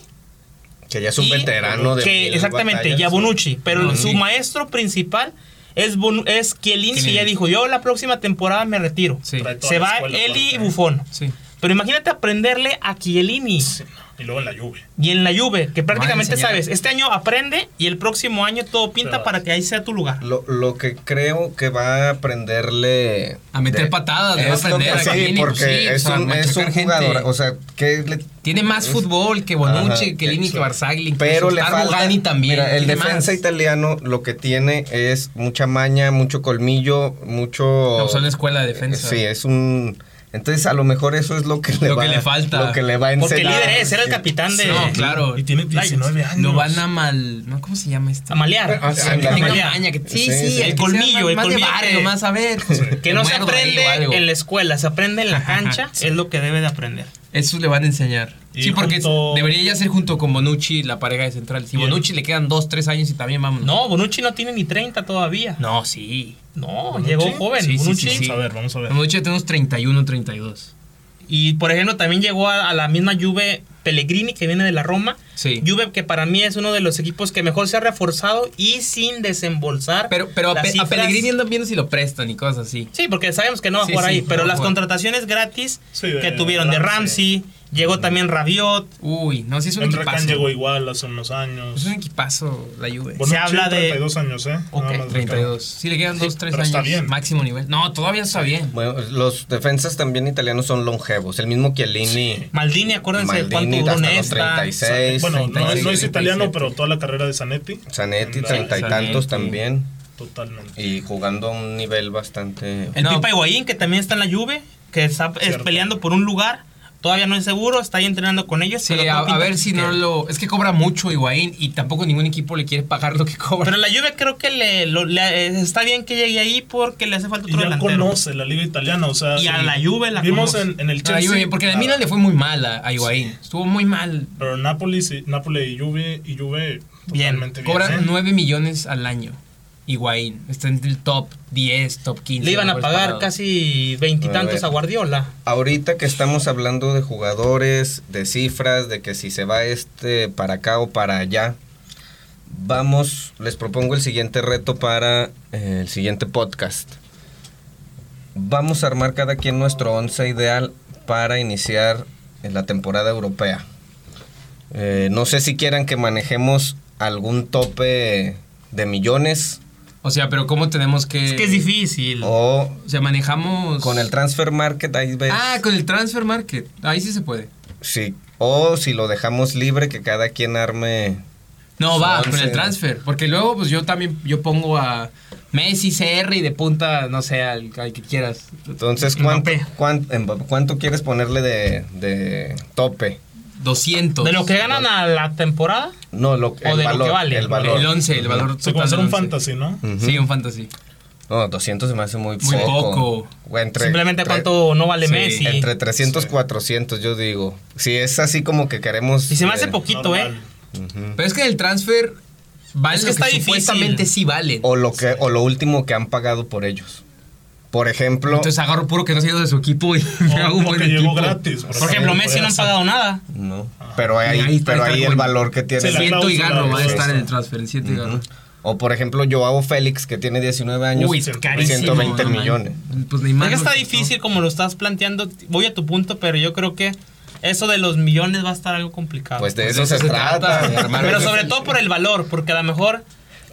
[SPEAKER 2] Que ya es un
[SPEAKER 3] y-
[SPEAKER 2] veterano de.
[SPEAKER 3] que,
[SPEAKER 2] mil
[SPEAKER 3] exactamente,
[SPEAKER 2] batallas. Mm.
[SPEAKER 3] ya Bonucci. Pero
[SPEAKER 4] Bonucci.
[SPEAKER 3] su maestro principal es, Bonu- es Chiellini, que ya
[SPEAKER 4] Chiellini.
[SPEAKER 3] dijo, yo la próxima temporada me retiro.
[SPEAKER 4] Sí.
[SPEAKER 1] Trae toda
[SPEAKER 3] Se
[SPEAKER 1] la
[SPEAKER 3] va
[SPEAKER 1] escuela
[SPEAKER 3] él y
[SPEAKER 1] aparte.
[SPEAKER 3] Buffon.
[SPEAKER 4] Sí.
[SPEAKER 3] Pero imagínate aprenderle a Chiellini
[SPEAKER 1] Sí, no. Y luego en la lluvia.
[SPEAKER 3] y en la Juve, que prácticamente
[SPEAKER 4] enseñar.
[SPEAKER 3] sabes, este año aprende y el próximo año todo pinta
[SPEAKER 1] Pero-
[SPEAKER 3] para que ahí sea tu lugar.
[SPEAKER 2] Lo, lo que creo que va a aprenderle.
[SPEAKER 4] A meter patadas, le va a
[SPEAKER 2] Es lo
[SPEAKER 4] aprender
[SPEAKER 2] que-
[SPEAKER 4] a
[SPEAKER 2] Sí,
[SPEAKER 4] Chiellini,
[SPEAKER 2] porque
[SPEAKER 4] pues sí,
[SPEAKER 2] es,
[SPEAKER 4] o sea,
[SPEAKER 2] un, es
[SPEAKER 4] machacar
[SPEAKER 2] un
[SPEAKER 4] gente.
[SPEAKER 2] jugador. O sea, que le.
[SPEAKER 4] Tiene más fútbol que Bonucci,
[SPEAKER 2] Ajá,
[SPEAKER 4] que Lini, que
[SPEAKER 2] exacto.
[SPEAKER 4] Barzagli.
[SPEAKER 2] Pero le falta.
[SPEAKER 4] Gani también.
[SPEAKER 2] Mira, el
[SPEAKER 4] tiene
[SPEAKER 2] defensa
[SPEAKER 4] más.
[SPEAKER 2] italiano lo que tiene es mucha maña, mucho colmillo, mucho. eh,
[SPEAKER 4] No, pues, es la escuela de defensa.
[SPEAKER 2] Sí, es un. Entonces, a lo mejor eso es lo que le
[SPEAKER 4] Lo
[SPEAKER 2] va
[SPEAKER 4] que le falta.
[SPEAKER 2] Lo que le va a
[SPEAKER 3] Porque
[SPEAKER 2] enseñar.
[SPEAKER 3] el líder es, era el
[SPEAKER 2] Sí.
[SPEAKER 3] capitán de...
[SPEAKER 4] No, claro.
[SPEAKER 1] Y tiene 19 años.
[SPEAKER 4] Lo van a mal. ¿no? ¿Cómo se llama este?
[SPEAKER 3] A malear.
[SPEAKER 2] Ah, sí,
[SPEAKER 4] Que tenga
[SPEAKER 3] Amalea.
[SPEAKER 4] maña, que- sí,
[SPEAKER 2] Sí,
[SPEAKER 4] sí,
[SPEAKER 2] sí.
[SPEAKER 4] que
[SPEAKER 2] El
[SPEAKER 4] sea
[SPEAKER 3] colmillo,
[SPEAKER 4] más-
[SPEAKER 3] el
[SPEAKER 4] más de
[SPEAKER 3] colmillo
[SPEAKER 4] barrio,
[SPEAKER 3] que-
[SPEAKER 4] más a ver.
[SPEAKER 3] Que no se
[SPEAKER 4] Muerdo ahí o algo.
[SPEAKER 3] aprende en la escuela, se aprende en la
[SPEAKER 4] Ajá, ajá,
[SPEAKER 3] cancha,
[SPEAKER 4] sí.
[SPEAKER 3] es lo que debe de aprender.
[SPEAKER 4] Eso le van a enseñar.
[SPEAKER 1] Y
[SPEAKER 4] sí, porque
[SPEAKER 1] junto-
[SPEAKER 4] debería ya ser junto con Bonucci la pareja de central. Si
[SPEAKER 1] Bien.
[SPEAKER 4] Bonucci le quedan dos, tres años y también vamos.
[SPEAKER 3] No, Bonucci no tiene ni 30 todavía. No,
[SPEAKER 4] No, sí.
[SPEAKER 1] ¿Bonucci?
[SPEAKER 3] llegó joven.
[SPEAKER 4] Sí, sí,
[SPEAKER 3] Bonucci.
[SPEAKER 4] sí, sí.
[SPEAKER 1] Vamos a ver, vamos a ver.
[SPEAKER 4] Bonucci ya tenemos 31, 32.
[SPEAKER 3] Y por ejemplo, también llegó a, a la misma Juve Pellegrini que viene de la Roma.
[SPEAKER 4] Sí.
[SPEAKER 3] Juve que para mí es uno de los equipos que mejor se ha reforzado y sin desembolsar.
[SPEAKER 4] Pero, pero a,
[SPEAKER 3] las
[SPEAKER 4] Pe- a
[SPEAKER 3] cifras.
[SPEAKER 4] Pellegrini andan viendo si lo prestan y cosas así.
[SPEAKER 3] Sí, porque sabemos que no va a
[SPEAKER 4] Sí,
[SPEAKER 3] jugar
[SPEAKER 4] sí,
[SPEAKER 3] ahí,
[SPEAKER 4] no
[SPEAKER 3] pero
[SPEAKER 4] va a
[SPEAKER 3] las
[SPEAKER 4] jugar.
[SPEAKER 3] contrataciones gratis
[SPEAKER 1] Sí, de
[SPEAKER 3] que tuvieron de
[SPEAKER 1] Ramsey.
[SPEAKER 3] Ramsey, llegó también Rabiot.
[SPEAKER 4] Uy, no, sí es un
[SPEAKER 1] El Rakan
[SPEAKER 4] equipazo.
[SPEAKER 1] llegó igual hace unos
[SPEAKER 4] Es
[SPEAKER 1] años.
[SPEAKER 4] un equipazo la Juve.
[SPEAKER 1] Bonucci,
[SPEAKER 3] habla de-
[SPEAKER 1] 32 años, ¿eh?
[SPEAKER 3] Ok,
[SPEAKER 1] Nada más de
[SPEAKER 4] 32. Sí, le quedan dos, tres
[SPEAKER 1] pero
[SPEAKER 4] años.
[SPEAKER 1] está bien.
[SPEAKER 4] Máximo nivel. No, todavía está bien.
[SPEAKER 2] Bueno, los defensas también italianos son longevos. El mismo Chiellini.
[SPEAKER 3] Maldini, acuérdense de cuánto
[SPEAKER 2] Maldini
[SPEAKER 3] duró en
[SPEAKER 2] hasta los
[SPEAKER 3] esta.
[SPEAKER 2] 36.
[SPEAKER 1] Bueno, no es, no es
[SPEAKER 4] 36,
[SPEAKER 1] italiano,
[SPEAKER 4] 37.
[SPEAKER 1] pero toda la carrera de Zanetti.
[SPEAKER 2] Zanetti,
[SPEAKER 1] Anda,
[SPEAKER 2] treinta y
[SPEAKER 4] Zanetti.
[SPEAKER 2] tantos también.
[SPEAKER 1] Totalmente.
[SPEAKER 2] Y jugando a un nivel bastante.
[SPEAKER 3] El
[SPEAKER 4] No.
[SPEAKER 3] Pipa Higuaín, que también está en la Juve, que está es
[SPEAKER 1] Cierto.
[SPEAKER 3] peleando por un lugar. Todavía no es seguro, está ahí entrenando con ellos.
[SPEAKER 4] Sí,
[SPEAKER 3] pero
[SPEAKER 4] a,
[SPEAKER 3] todo pinta
[SPEAKER 4] a ver
[SPEAKER 3] que
[SPEAKER 4] si
[SPEAKER 3] sí
[SPEAKER 4] no
[SPEAKER 3] queda.
[SPEAKER 4] lo. Es que cobra mucho Higuaín y tampoco ningún equipo le quiere pagar lo que cobra.
[SPEAKER 3] Pero la lluvia creo que le, lo- le- eh, está bien que llegue ahí porque le hace falta
[SPEAKER 1] Y
[SPEAKER 3] otro
[SPEAKER 1] ya
[SPEAKER 3] delantero.
[SPEAKER 1] conoce la liga italiana, o sea...
[SPEAKER 3] Y a
[SPEAKER 1] sí.
[SPEAKER 3] la Juve la
[SPEAKER 1] Vimos
[SPEAKER 3] conoce.
[SPEAKER 1] en, en el
[SPEAKER 4] No, la
[SPEAKER 1] Chelsea...
[SPEAKER 4] Juve, porque la Milan le fue muy mal a, a Higuaín. Estuvo muy mal.
[SPEAKER 1] Pero Napoli, sí, Napoli y Juve, y Juve
[SPEAKER 3] Bien,
[SPEAKER 1] totalmente bien.
[SPEAKER 4] Cobra
[SPEAKER 1] ¿eh?
[SPEAKER 4] 9 millones al año. Higuaín. Está entre el top 10, top 15.
[SPEAKER 3] Le iban a
[SPEAKER 4] mejores
[SPEAKER 3] pagar
[SPEAKER 4] pagados.
[SPEAKER 3] casi veintitantos
[SPEAKER 2] A
[SPEAKER 3] a,
[SPEAKER 2] ver.
[SPEAKER 3] Guardiola.
[SPEAKER 2] Ahorita que estamos hablando de jugadores, de cifras, de que si se va este para acá o para allá, vamos, les propongo el siguiente reto para eh, el siguiente podcast. Vamos a armar cada quien nuestro once ideal para iniciar en la temporada europea. Eh, no sé si quieran que manejemos algún tope de millones
[SPEAKER 4] O sea, pero ¿cómo tenemos que.?
[SPEAKER 3] es que es
[SPEAKER 4] Mm.
[SPEAKER 3] difícil.
[SPEAKER 2] o
[SPEAKER 4] Oh, O sea, manejamos.
[SPEAKER 2] con el transfer market ahí ves.
[SPEAKER 4] Ah, con el transfer market. Ahí sí se puede.
[SPEAKER 2] Sí. O si lo dejamos libre, que cada quien arme.
[SPEAKER 4] No,
[SPEAKER 2] Su
[SPEAKER 4] va,
[SPEAKER 2] once.
[SPEAKER 4] con el transfer. Porque luego, pues yo también yo pongo a Messi, CR y de punta, no sé, al, al que quieras.
[SPEAKER 2] Entonces, ¿cuánto,
[SPEAKER 3] Mbappé.
[SPEAKER 2] cuán- em- cuánto quieres ponerle de, de tope?
[SPEAKER 4] 200.
[SPEAKER 3] de lo que ganan a la temporada,
[SPEAKER 2] No, lo,
[SPEAKER 3] de lo que vale,
[SPEAKER 2] El valor.
[SPEAKER 4] El 11, el valor.
[SPEAKER 1] Se
[SPEAKER 4] total
[SPEAKER 1] conoce
[SPEAKER 4] del
[SPEAKER 1] un
[SPEAKER 4] 11.
[SPEAKER 1] fantasy, ¿no?
[SPEAKER 2] Ujú.
[SPEAKER 4] Sí, un fantasy.
[SPEAKER 2] No, 200 se me hace muy poco.
[SPEAKER 4] Muy poco.
[SPEAKER 2] O entre-
[SPEAKER 3] simplemente
[SPEAKER 2] tre-
[SPEAKER 3] cuánto no vale
[SPEAKER 4] sí,
[SPEAKER 3] Messi.
[SPEAKER 2] Entre 300 400, yo digo. Si es así como que queremos.
[SPEAKER 3] y se me hace
[SPEAKER 2] eh,
[SPEAKER 3] poquito,
[SPEAKER 1] Normal.
[SPEAKER 3] ¿eh?
[SPEAKER 2] ujú.
[SPEAKER 4] Pero es que el transfer vale
[SPEAKER 3] Es
[SPEAKER 4] lo
[SPEAKER 3] que
[SPEAKER 4] que
[SPEAKER 3] está difícil.
[SPEAKER 4] supuestamente sí vale.
[SPEAKER 2] O lo, que, o lo último que han pagado por ellos. Por ejemplo.
[SPEAKER 4] Entonces agarro puro que no ha sido de su equipo y me hago
[SPEAKER 1] O,
[SPEAKER 4] un
[SPEAKER 1] o
[SPEAKER 4] buen
[SPEAKER 1] que llegó
[SPEAKER 4] equipo.
[SPEAKER 1] gratis.
[SPEAKER 3] Por ejemplo,
[SPEAKER 1] ejemplo,
[SPEAKER 3] Messi no han
[SPEAKER 1] puedes
[SPEAKER 3] pagado nada.
[SPEAKER 2] no. Pero ahí,
[SPEAKER 4] Ahí está,
[SPEAKER 2] pero
[SPEAKER 4] ahí está
[SPEAKER 2] ahí
[SPEAKER 4] el
[SPEAKER 2] el
[SPEAKER 4] cuento.
[SPEAKER 2] valor que tiene.
[SPEAKER 1] Sí, la
[SPEAKER 4] Siento y
[SPEAKER 1] cláusula
[SPEAKER 4] garro va a
[SPEAKER 1] de
[SPEAKER 4] estar en
[SPEAKER 2] eso.
[SPEAKER 4] el transfer, en siento y garro.
[SPEAKER 2] Ujú. O por ejemplo, Joao Félix, que tiene 19 años,
[SPEAKER 4] Uy,
[SPEAKER 2] por
[SPEAKER 4] carísimo,
[SPEAKER 2] 120
[SPEAKER 4] no, man.
[SPEAKER 2] millones.
[SPEAKER 4] Pues Neymar.
[SPEAKER 3] Es que
[SPEAKER 4] no
[SPEAKER 3] está
[SPEAKER 4] costó.
[SPEAKER 3] difícil como lo estás planteando. Voy a tu punto, pero yo creo que eso de los millones va a estar algo complicado.
[SPEAKER 2] Pues de
[SPEAKER 4] Pues
[SPEAKER 2] eso se, trata. mi hermano.
[SPEAKER 3] pero sobre todo por el valor, porque a lo mejor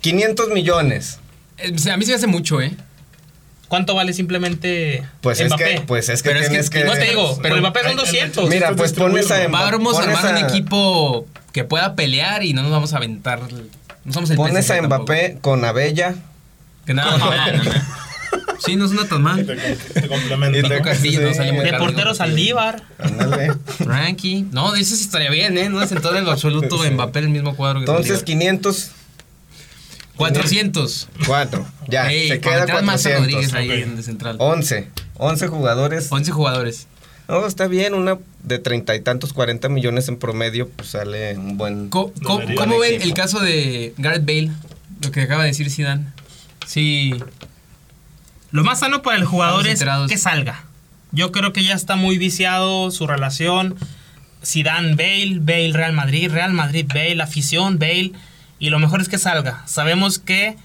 [SPEAKER 2] 500 millones.
[SPEAKER 4] Eh, o sea, a mí se me hace mucho, ¿eh.
[SPEAKER 3] cuánto vale simplemente
[SPEAKER 2] Pues
[SPEAKER 3] Mbappé?
[SPEAKER 2] es que, pues es que
[SPEAKER 4] Pero es que-
[SPEAKER 2] tienes que...
[SPEAKER 3] no te digo, pero el Mbappé son
[SPEAKER 1] Ay, ay,
[SPEAKER 3] 200.
[SPEAKER 2] Mira, pues pones a Mbappé.
[SPEAKER 4] Vamos a
[SPEAKER 2] pones
[SPEAKER 4] armar
[SPEAKER 2] a-
[SPEAKER 4] un equipo que pueda pelear y no nos vamos a aventar. No somos el
[SPEAKER 2] Pones
[SPEAKER 4] PSG
[SPEAKER 2] a
[SPEAKER 4] tampoco.
[SPEAKER 2] Mbappé con Abella.
[SPEAKER 4] Que nada, no, no, no. Sí, no suena tan
[SPEAKER 1] Te,
[SPEAKER 4] mal.
[SPEAKER 1] te complementa.
[SPEAKER 2] Y te
[SPEAKER 1] ¿no?
[SPEAKER 2] ca-
[SPEAKER 4] Castillo, no, sale muy
[SPEAKER 3] de
[SPEAKER 4] caro,
[SPEAKER 3] portero
[SPEAKER 4] digo,
[SPEAKER 3] Saldívar.
[SPEAKER 2] Ándale.
[SPEAKER 4] Frankie. No, de eso sí estaría bien, ¿eh? No sentó en lo absoluto Mbappé en el mismo cuadro que
[SPEAKER 2] Entonces,
[SPEAKER 4] Saldívar.
[SPEAKER 2] 500,
[SPEAKER 4] 400.
[SPEAKER 2] 4. Ya,
[SPEAKER 4] Ey,
[SPEAKER 2] se
[SPEAKER 4] para
[SPEAKER 2] queda Oh.
[SPEAKER 4] meter a Maza Rodríguez
[SPEAKER 2] 400.
[SPEAKER 4] ahí
[SPEAKER 1] ok.
[SPEAKER 4] en de central.
[SPEAKER 2] 11. 11 jugadores.
[SPEAKER 4] 11 jugadores.
[SPEAKER 2] No, está bien, una de treinta y tantos, 40 millones en promedio, pues sale un buen...
[SPEAKER 4] Co- co- ¿Cómo,
[SPEAKER 1] Debería.
[SPEAKER 4] ven
[SPEAKER 2] Equipo.
[SPEAKER 4] el caso de Gareth Bale? Lo que acaba de decir Zidane. Sí,
[SPEAKER 3] Lo más sano para el jugador
[SPEAKER 4] Estamos
[SPEAKER 3] es
[SPEAKER 4] enterados.
[SPEAKER 3] que salga. Yo creo que ya está muy viciado su relación. Zidane, Bale, Bale, Real Madrid, Real Madrid, Bale, afición, Bale. Y lo mejor es que salga. Sabemos que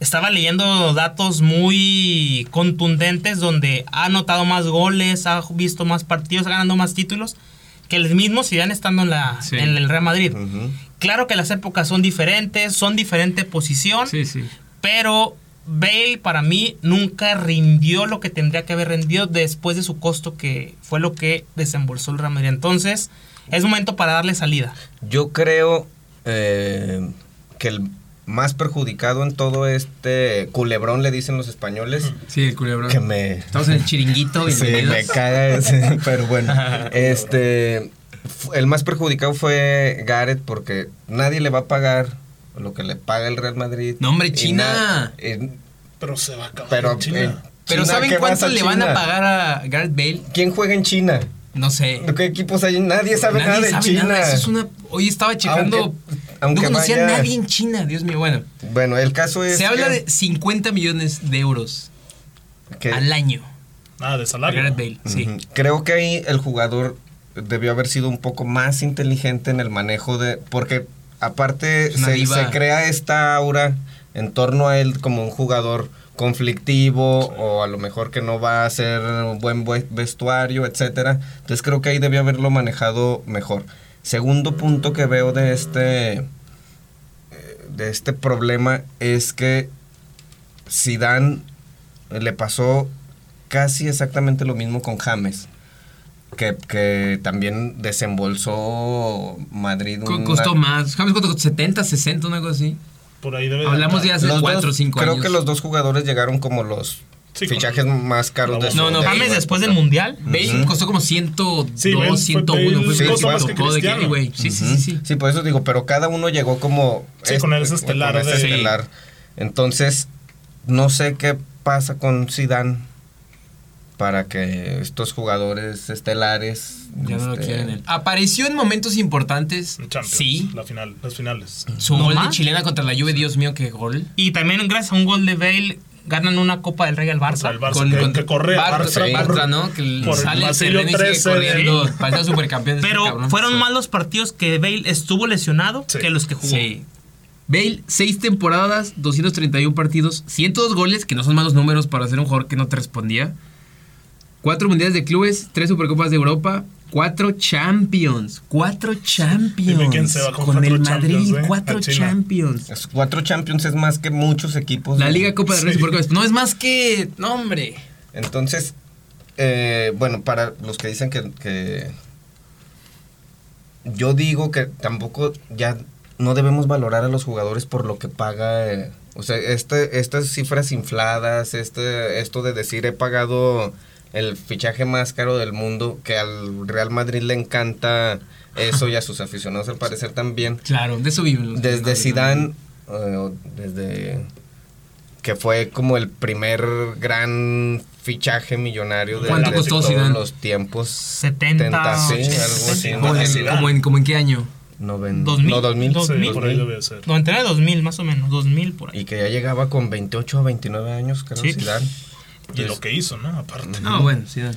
[SPEAKER 3] estaba leyendo datos muy contundentes donde ha anotado más goles, ha visto más partidos, ha ganado más títulos que el mismo Zidane estando en, la,
[SPEAKER 4] Sí.
[SPEAKER 3] en el Real Madrid.
[SPEAKER 2] Ujú.
[SPEAKER 3] Claro que las épocas son diferentes, son diferente posición.
[SPEAKER 4] sí, sí.
[SPEAKER 3] Pero Bale para mí nunca rindió lo que tendría que haber rendido después de su costo que fue lo que desembolsó el Real Madrid. Entonces, es momento para darle salida.
[SPEAKER 2] Yo creo eh, que el más perjudicado en todo este culebrón, le dicen los españoles,
[SPEAKER 4] Sí, el culebrón.
[SPEAKER 2] que me...
[SPEAKER 4] Mm. Estamos en el chiringuito,
[SPEAKER 2] Sí,
[SPEAKER 4] bienvenidos.
[SPEAKER 2] me caga ese, pero bueno. Este, fu- el más perjudicado fue Gareth porque nadie le va a pagar lo que le paga el Real Madrid.
[SPEAKER 4] No, hombre,
[SPEAKER 2] Y
[SPEAKER 4] China.
[SPEAKER 2] na- y-
[SPEAKER 1] Pero se va a acabar
[SPEAKER 2] pero
[SPEAKER 1] en China.
[SPEAKER 2] eh,
[SPEAKER 4] Pero
[SPEAKER 2] China,
[SPEAKER 4] ¿saben
[SPEAKER 2] ¿qué vas
[SPEAKER 4] cuánto le van
[SPEAKER 2] China?
[SPEAKER 4] a pagar a Gareth Bale?
[SPEAKER 2] ¿Quién juega en China?
[SPEAKER 4] No sé.
[SPEAKER 2] ¿Qué equipos hay? Nadie sabe
[SPEAKER 4] Nadie
[SPEAKER 2] nada de
[SPEAKER 4] sabe
[SPEAKER 2] China.
[SPEAKER 4] nada, Eso es una... Hoy estaba checando...
[SPEAKER 2] aunque
[SPEAKER 4] no conocía
[SPEAKER 2] vaya- Pues
[SPEAKER 4] a nadie en China, Dios mío. Bueno,
[SPEAKER 2] Bueno, el caso es.
[SPEAKER 4] se habla
[SPEAKER 2] que-
[SPEAKER 4] de 50 millones de euros
[SPEAKER 2] que-
[SPEAKER 4] al año
[SPEAKER 1] Nada Ah, de
[SPEAKER 4] a
[SPEAKER 1] salario.
[SPEAKER 4] Gareth Bale. Sí.
[SPEAKER 2] Ujú. Creo que ahí el jugador debió haber sido un poco más inteligente en el manejo de. Porque aparte
[SPEAKER 4] Una
[SPEAKER 2] se,
[SPEAKER 4] diva.
[SPEAKER 2] se crea esta aura en torno a él como un jugador conflictivo o a lo mejor que no va a ser un buen bue- vestuario, etcétera. Entonces creo que ahí debió haberlo manejado mejor. Segundo punto que veo de este de este problema es que Zidane le pasó casi exactamente lo mismo con James. Que, que también desembolsó Madrid
[SPEAKER 4] Co-
[SPEAKER 2] una-
[SPEAKER 4] Costó más. ¿Sabes cuánto costó? 70, 60, una cosa así.
[SPEAKER 1] Por ahí debe
[SPEAKER 4] Hablamos de hace
[SPEAKER 2] Los
[SPEAKER 4] 4 o
[SPEAKER 2] dos-
[SPEAKER 4] 5
[SPEAKER 2] creo
[SPEAKER 4] años.
[SPEAKER 2] que los dos jugadores llegaron como los
[SPEAKER 1] Sí,
[SPEAKER 2] fichajes más caros de su-
[SPEAKER 6] No, no,
[SPEAKER 2] de-
[SPEAKER 6] James
[SPEAKER 2] de-
[SPEAKER 6] después del mundial.
[SPEAKER 4] Bale
[SPEAKER 2] Ujú.
[SPEAKER 4] costó como 102,
[SPEAKER 1] Sí, Bale fue-
[SPEAKER 4] 101.
[SPEAKER 1] Bale
[SPEAKER 4] Fue el
[SPEAKER 1] costó
[SPEAKER 4] que
[SPEAKER 1] más que
[SPEAKER 4] tocó de
[SPEAKER 1] Cristiano.
[SPEAKER 4] Gary, güey. Sí, sí, sí, sí.
[SPEAKER 2] Sí, por eso digo, pero cada uno llegó como... este,
[SPEAKER 1] Sí, con el ese
[SPEAKER 2] con
[SPEAKER 1] estelar
[SPEAKER 2] ese
[SPEAKER 1] de-
[SPEAKER 4] Sí.
[SPEAKER 2] estelar. Entonces, no sé qué pasa con Zidane para que estos jugadores estelares...
[SPEAKER 4] Ya no lo
[SPEAKER 2] este,
[SPEAKER 4] quieren él. Apareció en momentos importantes.
[SPEAKER 1] En Champions,
[SPEAKER 4] Sí.
[SPEAKER 1] la final, las finales.
[SPEAKER 4] Su
[SPEAKER 6] ¿No
[SPEAKER 4] gol de
[SPEAKER 6] más?
[SPEAKER 4] chilena contra la Juve, Dios mío, qué gol.
[SPEAKER 6] Y también gracias a un gol de Bale ganan una Copa del Rey al
[SPEAKER 1] O sea, el
[SPEAKER 6] Barça.
[SPEAKER 1] Barça que, que corre.
[SPEAKER 4] Bartra,
[SPEAKER 1] Barça,
[SPEAKER 2] sí.
[SPEAKER 1] por-
[SPEAKER 4] Bartra, ¿no? Que
[SPEAKER 1] por el
[SPEAKER 4] sale el
[SPEAKER 1] pasillo
[SPEAKER 4] terreno y sigue
[SPEAKER 1] 13,
[SPEAKER 4] corriendo. Parece supercampeón. este
[SPEAKER 6] Pero
[SPEAKER 4] cabrón.
[SPEAKER 6] fueron más los partidos que Bale estuvo lesionado
[SPEAKER 1] Sí.
[SPEAKER 6] que los que jugó.
[SPEAKER 4] Sí. Bale, seis temporadas, 231 partidos, 102 goles, que no son malos números para ser un jugador que no te respondía. Cuatro mundiales de clubes, tres supercopas de Europa, cuatro Champions, cuatro Champions.
[SPEAKER 1] Dime quién se va con
[SPEAKER 4] con
[SPEAKER 1] cuatro
[SPEAKER 4] el Madrid,
[SPEAKER 1] Champions, ¿eh?
[SPEAKER 4] cuatro
[SPEAKER 1] A China.
[SPEAKER 4] Champions.
[SPEAKER 2] es- Cuatro Champions es más que muchos equipos.
[SPEAKER 4] La
[SPEAKER 2] ¿no?
[SPEAKER 4] Liga Copa del Rey
[SPEAKER 1] Sí.
[SPEAKER 4] Supercopas. No es más que, no hombre.
[SPEAKER 2] Entonces, eh, bueno, para los que dicen que, que- Yo digo que tampoco ya no debemos valorar a los jugadores por lo que paga... eh, o sea, este, estas cifras infladas, este, esto de decir he pagado el fichaje más caro del mundo, que al Real Madrid le encanta eso y a sus aficionados al parecer también.
[SPEAKER 4] Claro, de eso viven los
[SPEAKER 2] Desde
[SPEAKER 4] jugadores, ¿no?
[SPEAKER 2] Zidane, eh, o desde que fue como el primer gran fichaje millonario de,
[SPEAKER 4] ¿Cuánto
[SPEAKER 2] de
[SPEAKER 4] costó
[SPEAKER 2] todos
[SPEAKER 4] Zidane?
[SPEAKER 2] los tiempos.
[SPEAKER 6] 70,
[SPEAKER 2] 70, sí,
[SPEAKER 6] 80,
[SPEAKER 2] algo así.
[SPEAKER 1] sí.
[SPEAKER 2] una
[SPEAKER 4] Como
[SPEAKER 1] Bueno,
[SPEAKER 2] así.
[SPEAKER 4] en,
[SPEAKER 1] Zidane.
[SPEAKER 4] como en- como en qué año.
[SPEAKER 2] Noven-
[SPEAKER 6] 2000,
[SPEAKER 2] no, 2000.
[SPEAKER 1] Sí,
[SPEAKER 6] 2000.
[SPEAKER 1] por ahí debe ser.
[SPEAKER 6] 99, 2000 más o menos, 2000 por ahí.
[SPEAKER 2] Y que ya llegaba con 28 o 29 años, creo,
[SPEAKER 6] Sí.
[SPEAKER 2] Zidane.
[SPEAKER 1] Y
[SPEAKER 2] pues.
[SPEAKER 1] lo que hizo, ¿no? Aparte.
[SPEAKER 4] No, bueno, Zidane.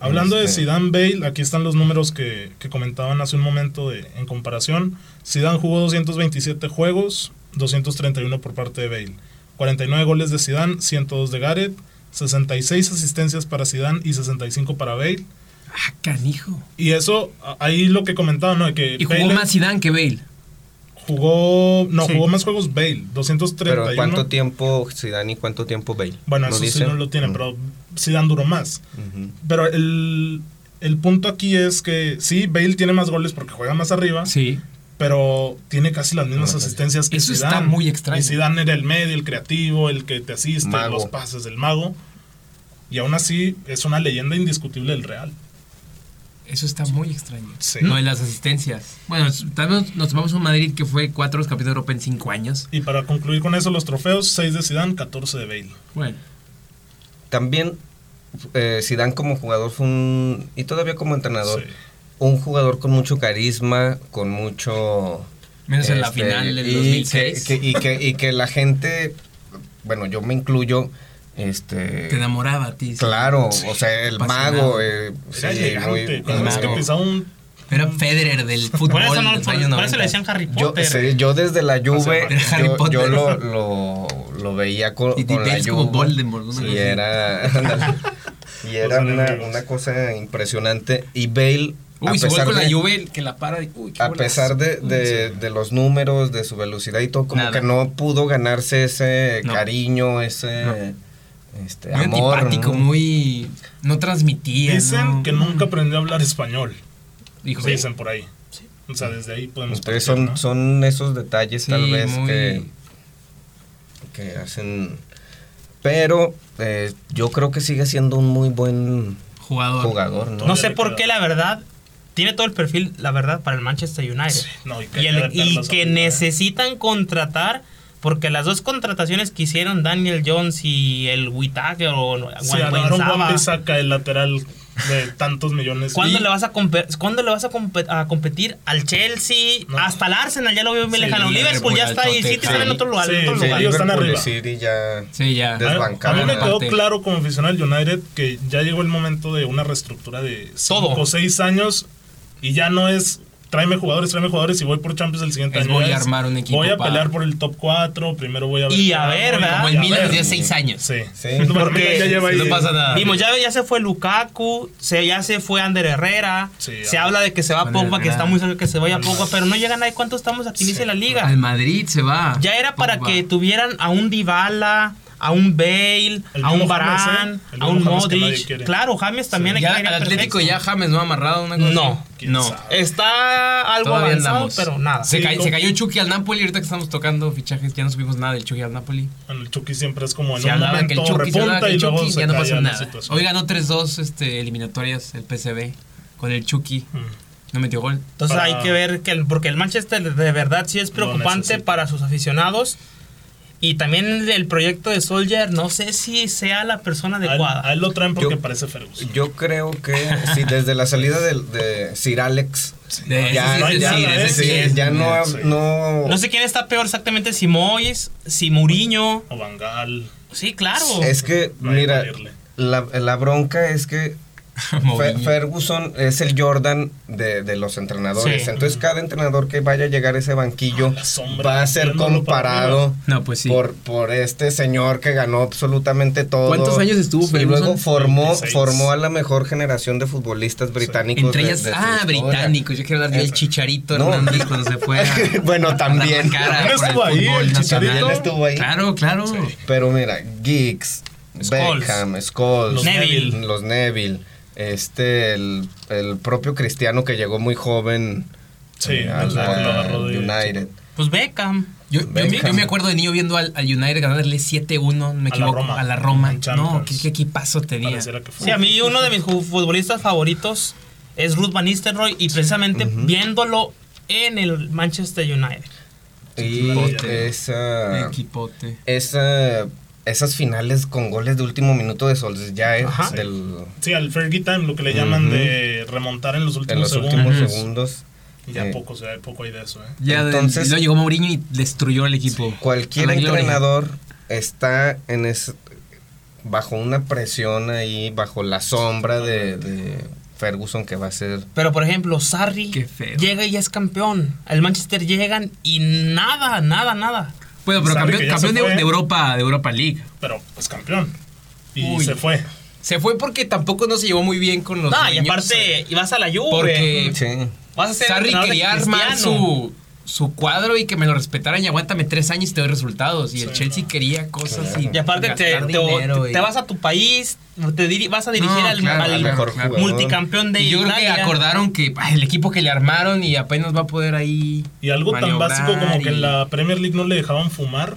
[SPEAKER 1] Hablando de
[SPEAKER 2] Este-
[SPEAKER 1] Zidane Bale, aquí están los números que, que comentaban hace un momento de, en comparación. Zidane jugó 227 juegos, 231 por parte de Bale. 49 goles de Zidane, 102 de Gareth, 66 asistencias para Zidane y 65 para Bale.
[SPEAKER 4] Ah, canijo.
[SPEAKER 1] Y eso, a- ahí lo que comentaban, ¿no? De que
[SPEAKER 4] Y jugó
[SPEAKER 1] Bale
[SPEAKER 4] más Zidane que Bale.
[SPEAKER 1] jugó- no,
[SPEAKER 6] Sí.
[SPEAKER 1] jugó más juegos Bale,
[SPEAKER 2] Pero
[SPEAKER 1] 231.
[SPEAKER 2] ¿cuánto tiempo Zidane y cuánto tiempo Bale?
[SPEAKER 1] bueno, eso sí
[SPEAKER 2] dice?
[SPEAKER 1] no lo tiene,
[SPEAKER 2] Mm.
[SPEAKER 1] pero Zidane duró más.
[SPEAKER 2] Ujú.
[SPEAKER 1] Pero el, el punto aquí es que sí, Bale tiene más goles porque juega más arriba.
[SPEAKER 4] Sí.
[SPEAKER 1] pero tiene casi las mismas asistencias que
[SPEAKER 4] Eso está
[SPEAKER 1] Zidane.
[SPEAKER 4] muy extraño.
[SPEAKER 1] Y Zidane era el medio, el creativo, el que te asiste,
[SPEAKER 2] Mago.
[SPEAKER 1] los pases del mago. Y aún así es una leyenda indiscutible del Real.
[SPEAKER 4] Eso está muy extraño.
[SPEAKER 1] Sí.
[SPEAKER 4] Lo de las asistencias. Bueno, es- también nos- nos vamos a un Madrid que fue cuatro veces campeón de Europa en cinco años.
[SPEAKER 1] Y para concluir con eso, los trofeos, 6 de Zidane, 14 de Bale.
[SPEAKER 4] Bueno.
[SPEAKER 2] También eh, Zidane como jugador fue un... Y todavía como entrenador.
[SPEAKER 1] Sí.
[SPEAKER 2] un jugador con mucho carisma, con mucho...
[SPEAKER 4] Menos en la
[SPEAKER 2] este,
[SPEAKER 4] final del
[SPEAKER 2] y
[SPEAKER 4] 2006.
[SPEAKER 2] Que, que- y, que, y que la gente, bueno, yo me incluyo, este...
[SPEAKER 4] te enamoraba a ti. sí.
[SPEAKER 2] Claro, o sea, el
[SPEAKER 4] Apasionado.
[SPEAKER 2] mago... eh, sí,
[SPEAKER 1] Era elegante,
[SPEAKER 2] muy-
[SPEAKER 1] cada vez
[SPEAKER 4] claro.
[SPEAKER 1] que pisaba un...
[SPEAKER 4] Era Federer del fútbol.
[SPEAKER 6] Por eso, no,
[SPEAKER 4] de los
[SPEAKER 6] por-
[SPEAKER 4] años
[SPEAKER 6] por eso
[SPEAKER 4] 90.
[SPEAKER 6] le decían Harry
[SPEAKER 2] yo,
[SPEAKER 6] Potter.
[SPEAKER 2] sí, yo desde la Juve,
[SPEAKER 4] Era Harry
[SPEAKER 2] yo, yo
[SPEAKER 4] Potter.
[SPEAKER 2] lo, lo, lo veía con,
[SPEAKER 4] Y
[SPEAKER 2] con la
[SPEAKER 4] Dibels como
[SPEAKER 2] Juve.
[SPEAKER 4] Voldemort, una cosa
[SPEAKER 2] Y
[SPEAKER 4] así.
[SPEAKER 2] era, ándale. y era
[SPEAKER 1] Los
[SPEAKER 2] una,
[SPEAKER 1] enemigos.
[SPEAKER 2] una cosa impresionante. Y Bale, a
[SPEAKER 4] Uy, su gol
[SPEAKER 2] pesar
[SPEAKER 4] con la
[SPEAKER 2] de-
[SPEAKER 4] Juve, que la para. y- uy, qué
[SPEAKER 2] A
[SPEAKER 4] golazo.
[SPEAKER 2] pesar de, de- de los números, de su velocidad y todo, como
[SPEAKER 4] Nada.
[SPEAKER 2] que no pudo ganarse ese
[SPEAKER 4] No.
[SPEAKER 2] cariño, ese este,
[SPEAKER 4] Muy
[SPEAKER 2] amor.
[SPEAKER 4] antipático,
[SPEAKER 2] ¿no?
[SPEAKER 4] muy. No transmitía.
[SPEAKER 1] Dicen
[SPEAKER 4] ¿no?
[SPEAKER 1] que nunca aprendió a hablar español.
[SPEAKER 4] Hijo,
[SPEAKER 1] Dicen por ahí. O sea, desde ahí podemos...
[SPEAKER 2] Entonces
[SPEAKER 1] partir,
[SPEAKER 2] son,
[SPEAKER 1] ¿no?
[SPEAKER 2] son esos detalles
[SPEAKER 4] sí,
[SPEAKER 2] tal vez
[SPEAKER 4] muy-
[SPEAKER 2] que, que hacen... Pero eh, yo creo que sigue siendo un muy buen
[SPEAKER 4] Jugador.
[SPEAKER 2] jugador, ¿no?
[SPEAKER 1] No
[SPEAKER 6] No sé por qué, la verdad, tiene todo el perfil, la verdad, para el Manchester United.
[SPEAKER 1] No, y que,
[SPEAKER 6] y el-
[SPEAKER 1] debe
[SPEAKER 6] y
[SPEAKER 1] tenerlos
[SPEAKER 6] que
[SPEAKER 1] ahorita, ¿eh?
[SPEAKER 6] necesitan contratar, porque las dos contrataciones que hicieron Daniel Jones y el Whittaker o
[SPEAKER 1] Sí,
[SPEAKER 6] Wan-
[SPEAKER 1] Aaron
[SPEAKER 6] Wan-Bissaka,
[SPEAKER 1] Wan saca el lateral de tantos millones.
[SPEAKER 6] ¿Cuándo
[SPEAKER 1] Y-
[SPEAKER 6] le vas a, compe- ¿cuándo le vas a, compe- a competir al Chelsea?
[SPEAKER 1] No.
[SPEAKER 6] Hasta el Arsenal, ya lo veo muy
[SPEAKER 1] Sí,
[SPEAKER 6] lejano. Liverpool ya
[SPEAKER 4] Liverpool,
[SPEAKER 6] está ahí,
[SPEAKER 4] al
[SPEAKER 6] City está en
[SPEAKER 2] Tottenham.
[SPEAKER 6] otro lugar.
[SPEAKER 1] Sí,
[SPEAKER 6] en otro
[SPEAKER 1] sí,
[SPEAKER 6] lugar.
[SPEAKER 1] ellos están
[SPEAKER 2] Liverpool y
[SPEAKER 1] arriba.
[SPEAKER 2] City ya...
[SPEAKER 4] Sí, ya.
[SPEAKER 1] A mí-
[SPEAKER 2] desbancada.
[SPEAKER 1] A mí me quedó
[SPEAKER 4] Aparte.
[SPEAKER 1] claro como aficionado del United que ya llegó el momento de una reestructura de
[SPEAKER 6] Todo.
[SPEAKER 1] 5 o 6 años y ya no es tráeme jugadores, tráeme jugadores y voy por Champions el siguiente
[SPEAKER 4] Es
[SPEAKER 1] año.
[SPEAKER 4] voy
[SPEAKER 1] ya
[SPEAKER 4] a
[SPEAKER 1] es,
[SPEAKER 4] armar un equipo
[SPEAKER 1] Voy a
[SPEAKER 4] para-
[SPEAKER 1] pelear por el top 4, primero voy a ver.
[SPEAKER 6] Y
[SPEAKER 1] qué
[SPEAKER 6] a
[SPEAKER 1] hago,
[SPEAKER 6] ver,
[SPEAKER 1] y
[SPEAKER 6] ¿verdad?
[SPEAKER 1] voy
[SPEAKER 4] Como
[SPEAKER 1] a
[SPEAKER 4] el Milan
[SPEAKER 1] ver.
[SPEAKER 4] desde hace seis años.
[SPEAKER 1] Sí.
[SPEAKER 2] Sí.
[SPEAKER 1] Bueno, pero
[SPEAKER 6] Porque
[SPEAKER 1] ya lleva
[SPEAKER 4] no
[SPEAKER 1] ahí-
[SPEAKER 4] pasa nada.
[SPEAKER 6] Vimos, ya, ya se fue Lukaku, se, ya se fue Ander Herrera,
[SPEAKER 1] Sí,
[SPEAKER 6] se
[SPEAKER 1] ah.
[SPEAKER 6] habla de que se va
[SPEAKER 4] Ander
[SPEAKER 6] Pogba, que
[SPEAKER 4] Herrera.
[SPEAKER 6] está muy cerca que se vaya Pogba, pero no llegan ahí. ¿Cuánto estamos aquí? Dice la liga.
[SPEAKER 4] Al Madrid se va.
[SPEAKER 6] Ya era para
[SPEAKER 4] Pogba.
[SPEAKER 6] que tuvieran a un Dybala,
[SPEAKER 3] a un Bale,
[SPEAKER 1] El
[SPEAKER 3] a
[SPEAKER 1] mismo
[SPEAKER 3] un
[SPEAKER 1] James,
[SPEAKER 3] Varane,
[SPEAKER 1] ¿eh? El
[SPEAKER 3] a un
[SPEAKER 1] mismo James que nadie
[SPEAKER 3] Modric.
[SPEAKER 1] quiere.
[SPEAKER 3] Claro, James también hay
[SPEAKER 4] Ya,
[SPEAKER 3] que
[SPEAKER 4] al
[SPEAKER 3] querer
[SPEAKER 4] Atlético
[SPEAKER 3] perfecto.
[SPEAKER 4] ya James no ha amarrado una cosa.
[SPEAKER 3] No,
[SPEAKER 1] quién
[SPEAKER 4] no.
[SPEAKER 1] sabe.
[SPEAKER 3] Está algo
[SPEAKER 4] Todavía
[SPEAKER 3] avanzado,
[SPEAKER 4] andamos.
[SPEAKER 3] pero nada.
[SPEAKER 4] pues. Se,
[SPEAKER 1] Sí,
[SPEAKER 4] ca-
[SPEAKER 1] no.
[SPEAKER 4] se cayó Chucky al Napoli. Ahorita que estamos tocando fichajes, ya no subimos nada del Chucky al Napoli.
[SPEAKER 1] Bueno, el Chucky siempre es como en
[SPEAKER 4] Se
[SPEAKER 1] un
[SPEAKER 4] hablaba que el
[SPEAKER 1] momento
[SPEAKER 4] Chucky, se hablaba
[SPEAKER 1] repunta
[SPEAKER 4] que
[SPEAKER 1] y
[SPEAKER 4] el
[SPEAKER 1] luego
[SPEAKER 4] Chucky,
[SPEAKER 1] se
[SPEAKER 4] ya no
[SPEAKER 1] cae
[SPEAKER 4] pasó
[SPEAKER 1] en la
[SPEAKER 4] nada.
[SPEAKER 1] situación.
[SPEAKER 4] Hoy ganó 3-2 este, eliminatorias el PCB con el Chucky.
[SPEAKER 1] Mm.
[SPEAKER 4] No metió gol.
[SPEAKER 3] Entonces
[SPEAKER 1] para-
[SPEAKER 3] hay que ver que el- porque el Manchester de verdad sí es
[SPEAKER 1] Lo
[SPEAKER 3] preocupante
[SPEAKER 1] necesita.
[SPEAKER 3] para sus aficionados. Y también el- el proyecto de Soldier, no sé si sea la persona
[SPEAKER 1] A él,
[SPEAKER 3] adecuada.
[SPEAKER 1] a él lo traen porque
[SPEAKER 2] Yo-
[SPEAKER 1] parece Ferguson.
[SPEAKER 2] Yo creo que sí, desde la salida de, de Sir Alex,
[SPEAKER 4] De-
[SPEAKER 2] ya,
[SPEAKER 4] ese sí es
[SPEAKER 2] ya-
[SPEAKER 4] decir, ese sí
[SPEAKER 2] sí,
[SPEAKER 4] es.
[SPEAKER 2] ya no,
[SPEAKER 1] Sí.
[SPEAKER 2] no,
[SPEAKER 3] No sé quién está peor exactamente, si Moyes, si Muriño.
[SPEAKER 1] O Bangal.
[SPEAKER 3] Sí, claro.
[SPEAKER 1] Oh.
[SPEAKER 2] es que
[SPEAKER 1] No hay que
[SPEAKER 2] mira,
[SPEAKER 1] valerle.
[SPEAKER 2] la, la bronca es que Fe-
[SPEAKER 4] Mourinho.
[SPEAKER 2] Ferguson es el Jordan de, de los entrenadores.
[SPEAKER 3] Sí.
[SPEAKER 2] Entonces, cada entrenador que vaya a llegar a ese banquillo
[SPEAKER 1] Ah, la sombra,
[SPEAKER 2] va a ser
[SPEAKER 1] viéndolo para
[SPEAKER 2] comparado
[SPEAKER 4] No, pues sí.
[SPEAKER 2] por, por este señor que ganó absolutamente todo.
[SPEAKER 4] ¿Cuántos años estuvo
[SPEAKER 2] Y
[SPEAKER 4] Ferguson?
[SPEAKER 2] luego formó,
[SPEAKER 1] 26.
[SPEAKER 2] formó a la mejor generación de futbolistas británicos.
[SPEAKER 4] Entre
[SPEAKER 2] de-
[SPEAKER 4] ellas,
[SPEAKER 2] de su
[SPEAKER 4] ah,
[SPEAKER 2] historia.
[SPEAKER 4] británicos. Yo quiero hablar del
[SPEAKER 2] Eso.
[SPEAKER 4] Chicharito
[SPEAKER 2] No.
[SPEAKER 4] Hernández cuando se fue. a-
[SPEAKER 2] Bueno,
[SPEAKER 4] a dar
[SPEAKER 2] también.
[SPEAKER 4] la cara
[SPEAKER 1] ¿Quién
[SPEAKER 4] por
[SPEAKER 1] estuvo ahí,
[SPEAKER 4] fútbol
[SPEAKER 1] el
[SPEAKER 4] nacional.
[SPEAKER 1] Chicharito?
[SPEAKER 2] ¿Quién estuvo ahí?
[SPEAKER 4] Claro, claro.
[SPEAKER 2] Pero mira, Giggs,
[SPEAKER 3] Scholes.
[SPEAKER 2] Beckham, Scholes,
[SPEAKER 1] Los
[SPEAKER 3] Neville.
[SPEAKER 2] los Neville, este, el, el propio Cristiano que llegó muy joven
[SPEAKER 1] Sí,
[SPEAKER 2] eh,
[SPEAKER 1] no
[SPEAKER 2] al
[SPEAKER 1] sé, lo
[SPEAKER 2] al
[SPEAKER 1] agarró de-
[SPEAKER 2] United.
[SPEAKER 3] Pues Beckham.
[SPEAKER 4] Yo, yo me- yo me acuerdo de niño viendo al, al United ganarle 7-1, no me
[SPEAKER 1] A la
[SPEAKER 4] equivoco,
[SPEAKER 1] Roma.
[SPEAKER 4] a la Roma.
[SPEAKER 1] En Champions.
[SPEAKER 4] No, qué, qué equipazo tenía.
[SPEAKER 1] Pareciera que fue.
[SPEAKER 3] Sí, a mí uno de mis ju- futbolistas favoritos es Ruth Van Nistelrooy y precisamente viéndolo en el Manchester United.
[SPEAKER 2] Y
[SPEAKER 4] Equipote.
[SPEAKER 2] esa,
[SPEAKER 4] Equipote.
[SPEAKER 2] esa, esas finales con goles de último minuto de Solskjaer
[SPEAKER 3] Ajá.
[SPEAKER 2] del,
[SPEAKER 1] Sí, al Fergie Time, lo que le llaman
[SPEAKER 2] Ujú.
[SPEAKER 1] de remontar en los
[SPEAKER 2] en
[SPEAKER 1] últimos
[SPEAKER 2] los
[SPEAKER 1] segundos.
[SPEAKER 2] últimos
[SPEAKER 4] Ujú.
[SPEAKER 2] segundos.
[SPEAKER 1] Ya
[SPEAKER 2] Eh,
[SPEAKER 1] poco, o sea, hay poco hay de eso, ¿eh?
[SPEAKER 4] Ya
[SPEAKER 2] Entonces-
[SPEAKER 4] Entonces, llegó Mourinho y destruyó el equipo.
[SPEAKER 2] Cualquier
[SPEAKER 4] A la gloria.
[SPEAKER 2] entrenador está en es, bajo una presión ahí, bajo la sombra de, de Ferguson que va a ser
[SPEAKER 3] Pero por ejemplo, Sarri
[SPEAKER 4] Qué feo.
[SPEAKER 3] llega y ya es campeón. Al Manchester llegan y nada, nada, nada.
[SPEAKER 4] Bueno, pero
[SPEAKER 1] Sabe
[SPEAKER 4] campeón,
[SPEAKER 1] que ya
[SPEAKER 4] campeón
[SPEAKER 1] se
[SPEAKER 4] de,
[SPEAKER 1] fue.
[SPEAKER 4] de Europa, de Europa League.
[SPEAKER 1] Pero, pues campeón. Y
[SPEAKER 4] Uy.
[SPEAKER 1] se fue.
[SPEAKER 4] Se fue porque tampoco no se llevó muy bien con los
[SPEAKER 3] No, y
[SPEAKER 4] dueños. eh,
[SPEAKER 3] aparte, y vas a la Juve.
[SPEAKER 4] Porque-
[SPEAKER 2] Sí.
[SPEAKER 3] vas a ser
[SPEAKER 4] Sarri
[SPEAKER 3] entrenador de
[SPEAKER 4] quería armar
[SPEAKER 3] Cristiano.
[SPEAKER 4] su, su cuadro y que me lo respetaran y aguántame tres años y te doy resultados. Y el
[SPEAKER 1] Sí,
[SPEAKER 4] Chelsea
[SPEAKER 1] no.
[SPEAKER 4] quería cosas
[SPEAKER 2] Claro.
[SPEAKER 4] y
[SPEAKER 3] Y aparte te,
[SPEAKER 4] gastar
[SPEAKER 3] te-
[SPEAKER 4] dinero
[SPEAKER 3] te
[SPEAKER 4] y-
[SPEAKER 3] vas a tu país, te diri- vas a dirigir
[SPEAKER 4] No,
[SPEAKER 3] al,
[SPEAKER 4] claro,
[SPEAKER 3] al
[SPEAKER 4] al
[SPEAKER 2] mejor
[SPEAKER 4] claro.
[SPEAKER 2] jugador.
[SPEAKER 3] multicampeón de
[SPEAKER 4] Y yo creo que
[SPEAKER 3] Italia.
[SPEAKER 4] acordaron que ay, el equipo que le armaron y apenas va a poder ahí.
[SPEAKER 1] Y algo tan
[SPEAKER 4] maniobrar
[SPEAKER 1] básico como que
[SPEAKER 4] y-
[SPEAKER 1] en la Premier League no le dejaban fumar.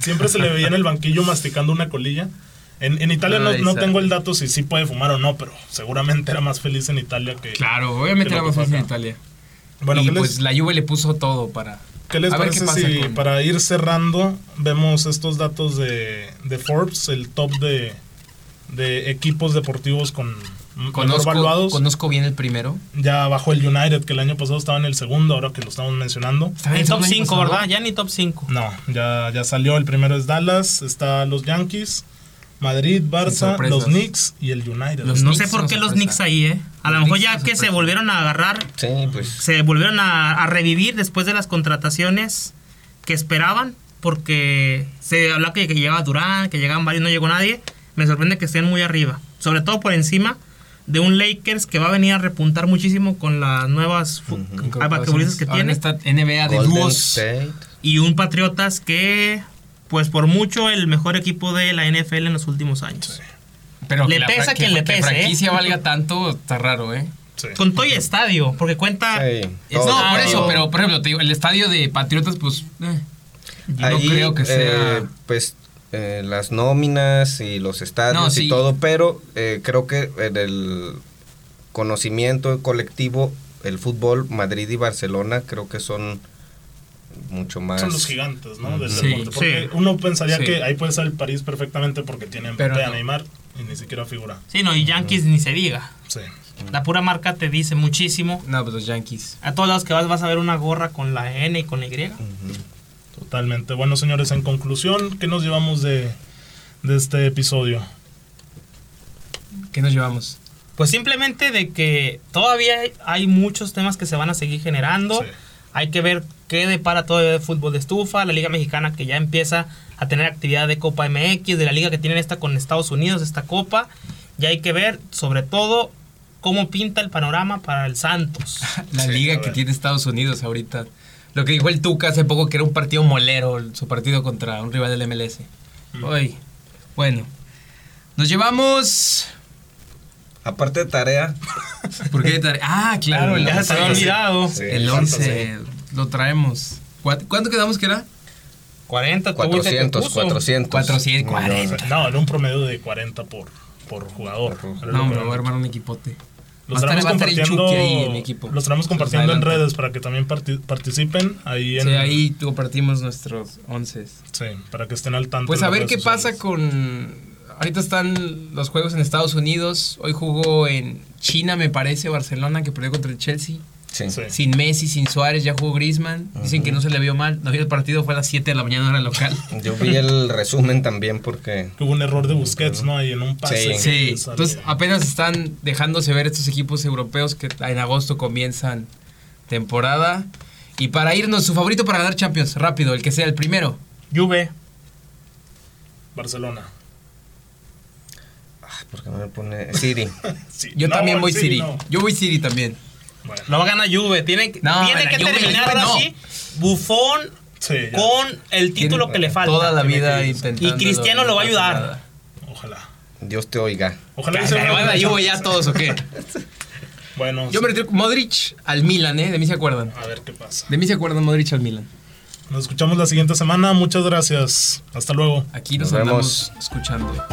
[SPEAKER 1] Siempre se le veía en el banquillo masticando una colilla. En, en Italia no,
[SPEAKER 4] Ay,
[SPEAKER 1] no
[SPEAKER 4] sabe.
[SPEAKER 1] tengo el dato si sí puede fumar o no, pero seguramente era más feliz en Italia que...
[SPEAKER 4] Claro, obviamente
[SPEAKER 1] Que
[SPEAKER 4] era
[SPEAKER 1] lo
[SPEAKER 4] más
[SPEAKER 1] que
[SPEAKER 4] fácil en
[SPEAKER 1] pasa.
[SPEAKER 4] Italia.
[SPEAKER 1] Bueno,
[SPEAKER 4] y
[SPEAKER 1] ¿qué les,
[SPEAKER 4] pues la Juve le puso todo para.
[SPEAKER 1] qué les
[SPEAKER 4] a ver qué
[SPEAKER 1] parece
[SPEAKER 4] pasa
[SPEAKER 1] si
[SPEAKER 4] con-
[SPEAKER 1] para ir cerrando vemos estos datos de, de Forbes, el top de, de equipos deportivos con mejor
[SPEAKER 4] Conozco,
[SPEAKER 1] valuados?
[SPEAKER 4] conozco bien el primero.
[SPEAKER 1] Ya bajó el United, que el año pasado estaba en el segundo, ahora que lo estamos mencionando.
[SPEAKER 4] Estaba
[SPEAKER 3] Ni
[SPEAKER 4] el
[SPEAKER 3] top
[SPEAKER 4] segundo año
[SPEAKER 3] 5,
[SPEAKER 4] pasado.
[SPEAKER 3] ¿verdad? Ya ni top 5.
[SPEAKER 1] No, ya, ya salió. El primero es Dallas, está los Yankees, Madrid,
[SPEAKER 4] Sin
[SPEAKER 1] Barça,
[SPEAKER 4] sorpresas.
[SPEAKER 1] los Knicks y el United.
[SPEAKER 4] Los-
[SPEAKER 3] no
[SPEAKER 4] Knicks
[SPEAKER 3] sé por
[SPEAKER 4] son
[SPEAKER 3] qué los
[SPEAKER 4] sorpresa.
[SPEAKER 3] Knicks ahí, ¿eh? A lo
[SPEAKER 4] Los
[SPEAKER 3] mejor
[SPEAKER 4] Knicks
[SPEAKER 3] ya
[SPEAKER 4] son
[SPEAKER 3] que se
[SPEAKER 4] sorpresa.
[SPEAKER 3] volvieron a agarrar,
[SPEAKER 2] Sí, pues.
[SPEAKER 3] se volvieron a, a revivir después de las contrataciones que esperaban, porque se hablaba que, que llegaba Durán, que llegaban varios, no llegó nadie. Me sorprende que estén muy arriba, sobre todo por encima de un Lakers que va a venir a repuntar muchísimo con las nuevas fu- ah, basquetbolistas que
[SPEAKER 4] Ahora en
[SPEAKER 3] tiene
[SPEAKER 4] esta NBA de
[SPEAKER 2] Golden
[SPEAKER 4] dúos.
[SPEAKER 2] State.
[SPEAKER 3] y un Patriotas que, pues por mucho, el mejor equipo de la NFL en los últimos años.
[SPEAKER 4] Pero
[SPEAKER 3] Le
[SPEAKER 4] la
[SPEAKER 3] pesa
[SPEAKER 4] fra-
[SPEAKER 3] quien le
[SPEAKER 4] Que
[SPEAKER 3] pese,
[SPEAKER 4] franquicia
[SPEAKER 3] ¿eh?
[SPEAKER 4] valga tanto, está raro, ¿eh?
[SPEAKER 1] Sí.
[SPEAKER 3] Con todo y estadio, porque cuenta.
[SPEAKER 2] Sí.
[SPEAKER 3] es-
[SPEAKER 4] No, por
[SPEAKER 2] Estadio.
[SPEAKER 4] eso, pero por ejemplo, te digo, el estadio de Patriotas, pues. eh, yo
[SPEAKER 2] Ahí,
[SPEAKER 4] no creo que sea.
[SPEAKER 2] eh, pues eh, las nóminas y los estadios
[SPEAKER 4] No,
[SPEAKER 2] y
[SPEAKER 4] sí.
[SPEAKER 2] todo, pero eh, creo que en el conocimiento colectivo, el fútbol, Madrid y Barcelona, creo que son mucho más.
[SPEAKER 1] Son los gigantes, ¿no? Del
[SPEAKER 4] Sí,
[SPEAKER 1] deporte. Porque
[SPEAKER 3] sí.
[SPEAKER 1] uno pensaría
[SPEAKER 4] Sí.
[SPEAKER 1] que ahí puede ser el París perfectamente porque tienen
[SPEAKER 4] Pero
[SPEAKER 1] Mbappé,
[SPEAKER 4] no.
[SPEAKER 1] Neymar y ni siquiera figura.
[SPEAKER 3] Sí, no, y Yankees ni se diga.
[SPEAKER 1] Sí.
[SPEAKER 3] La pura marca te dice muchísimo.
[SPEAKER 4] No, pues los Yankees.
[SPEAKER 3] A todos lados que vas vas a ver una gorra con la N y con la Y.
[SPEAKER 1] Totalmente. Bueno, señores, en conclusión, ¿qué nos llevamos de, de este episodio?
[SPEAKER 4] ¿Qué nos llevamos?
[SPEAKER 3] Pues simplemente de que todavía hay- hay muchos temas que se van a seguir generando.
[SPEAKER 1] Sí.
[SPEAKER 3] Hay que ver qué depara todo el fútbol de estufa, la Liga Mexicana que ya empieza a tener actividad de Copa MX, de la liga que tienen esta con Estados Unidos, esta Copa. Y hay que ver, sobre todo, cómo pinta el panorama para el Santos.
[SPEAKER 4] La
[SPEAKER 1] Sí, a
[SPEAKER 4] liga que
[SPEAKER 1] ver.
[SPEAKER 4] tiene Estados Unidos ahorita. Lo que dijo el Tuca hace poco que era un partido molero, su partido contra un rival del MLS. Uy, Bueno, nos llevamos.
[SPEAKER 2] Aparte de tarea,
[SPEAKER 4] ¿Por qué tarea? Ah, claro, el
[SPEAKER 3] ya se había
[SPEAKER 4] 11.
[SPEAKER 3] olvidado.
[SPEAKER 2] sí,
[SPEAKER 4] El 11 lo traemos. ¿Cuá- ¿Cuánto quedamos que era?
[SPEAKER 3] 40, tú fuiste el que
[SPEAKER 2] 400,
[SPEAKER 3] puso.
[SPEAKER 2] 400.
[SPEAKER 4] 400,
[SPEAKER 2] No, no,
[SPEAKER 4] 40.
[SPEAKER 1] No, en un promedio de 40 por, por jugador.
[SPEAKER 2] Por jugador.
[SPEAKER 1] Era lo
[SPEAKER 4] No,
[SPEAKER 1] que
[SPEAKER 4] me
[SPEAKER 1] era.
[SPEAKER 4] voy a armar un equipote.
[SPEAKER 1] Los
[SPEAKER 4] Va a
[SPEAKER 1] estaremos
[SPEAKER 4] estar- va a estar el
[SPEAKER 1] compartiendo,
[SPEAKER 4] Chucky ahí en equipo.
[SPEAKER 1] los estaremos compartiendo en
[SPEAKER 4] Adelante.
[SPEAKER 1] redes para que también parti- participen ahí en
[SPEAKER 4] Sí, ahí compartimos nuestros 11.
[SPEAKER 1] sí, para que estén al tanto.
[SPEAKER 4] Pues
[SPEAKER 1] en
[SPEAKER 4] a
[SPEAKER 1] las
[SPEAKER 4] ver
[SPEAKER 1] redes
[SPEAKER 4] qué pasa
[SPEAKER 1] sociales.
[SPEAKER 4] con... Ahorita están los juegos en Estados Unidos. Hoy jugó en China, me parece, Barcelona, que perdió contra el Chelsea.
[SPEAKER 2] Sí.
[SPEAKER 1] Sí.
[SPEAKER 4] Sin Messi, sin Suárez, ya jugó Griezmann. Dicen que no se le vio mal. No vio el partido, fue a las 7 de la mañana hora local.
[SPEAKER 2] Yo vi el resumen también porque
[SPEAKER 1] Que hubo un error de Busquets, ¿no? Ahí en un pase.
[SPEAKER 2] Sí.
[SPEAKER 1] que
[SPEAKER 4] Sí, pues, ah.
[SPEAKER 1] sale.
[SPEAKER 4] entonces apenas están dejándose ver estos equipos europeos que en agosto comienzan temporada. Y para irnos, su favorito para ganar Champions, rápido, el que sea el primero.
[SPEAKER 3] Juve.
[SPEAKER 1] Barcelona.
[SPEAKER 2] ah, porque no me pone Siri.
[SPEAKER 1] Sí.
[SPEAKER 4] Yo
[SPEAKER 1] No,
[SPEAKER 4] también voy
[SPEAKER 1] sí,
[SPEAKER 4] City.
[SPEAKER 1] no.
[SPEAKER 4] Yo voy City también.
[SPEAKER 1] Bueno,
[SPEAKER 3] Lo va a ganar Juve. Tiene, que-
[SPEAKER 4] No,
[SPEAKER 3] tiene
[SPEAKER 4] la
[SPEAKER 3] que
[SPEAKER 4] Juve, la
[SPEAKER 3] terminar
[SPEAKER 4] Juve
[SPEAKER 3] ahora
[SPEAKER 4] no.
[SPEAKER 3] sí. Bufón
[SPEAKER 1] sí, ya.
[SPEAKER 3] con el título
[SPEAKER 4] Tiene
[SPEAKER 3] que le falta.
[SPEAKER 4] Toda la
[SPEAKER 3] Tiene
[SPEAKER 4] vida
[SPEAKER 3] que-
[SPEAKER 4] intentando.
[SPEAKER 3] Y Cristiano lo va a ayudar.
[SPEAKER 1] Ojalá.
[SPEAKER 2] Dios te oiga.
[SPEAKER 1] Ojalá que sea una
[SPEAKER 4] yo voy
[SPEAKER 1] sorpresa.
[SPEAKER 4] ya todos o qué?
[SPEAKER 1] Bueno,
[SPEAKER 4] Yo me retiro con Modric al Milan, ¿eh? De mí se acuerdan.
[SPEAKER 1] a ver qué pasa.
[SPEAKER 4] De mí se acuerdan Modric al Milan.
[SPEAKER 1] Nos escuchamos la siguiente semana. Muchas gracias. Hasta luego.
[SPEAKER 4] Aquí
[SPEAKER 2] Nos
[SPEAKER 4] nos,
[SPEAKER 2] vemos.
[SPEAKER 4] andamos escuchando.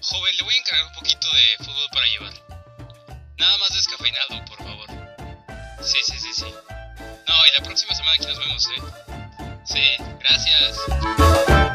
[SPEAKER 7] Joven, le voy a encargar un poquito de fútbol para llevar. Nada más descafeinado, por favor. Sí, sí, sí, sí. No, y la próxima semana aquí nos vemos, ¿eh? Sí, gracias.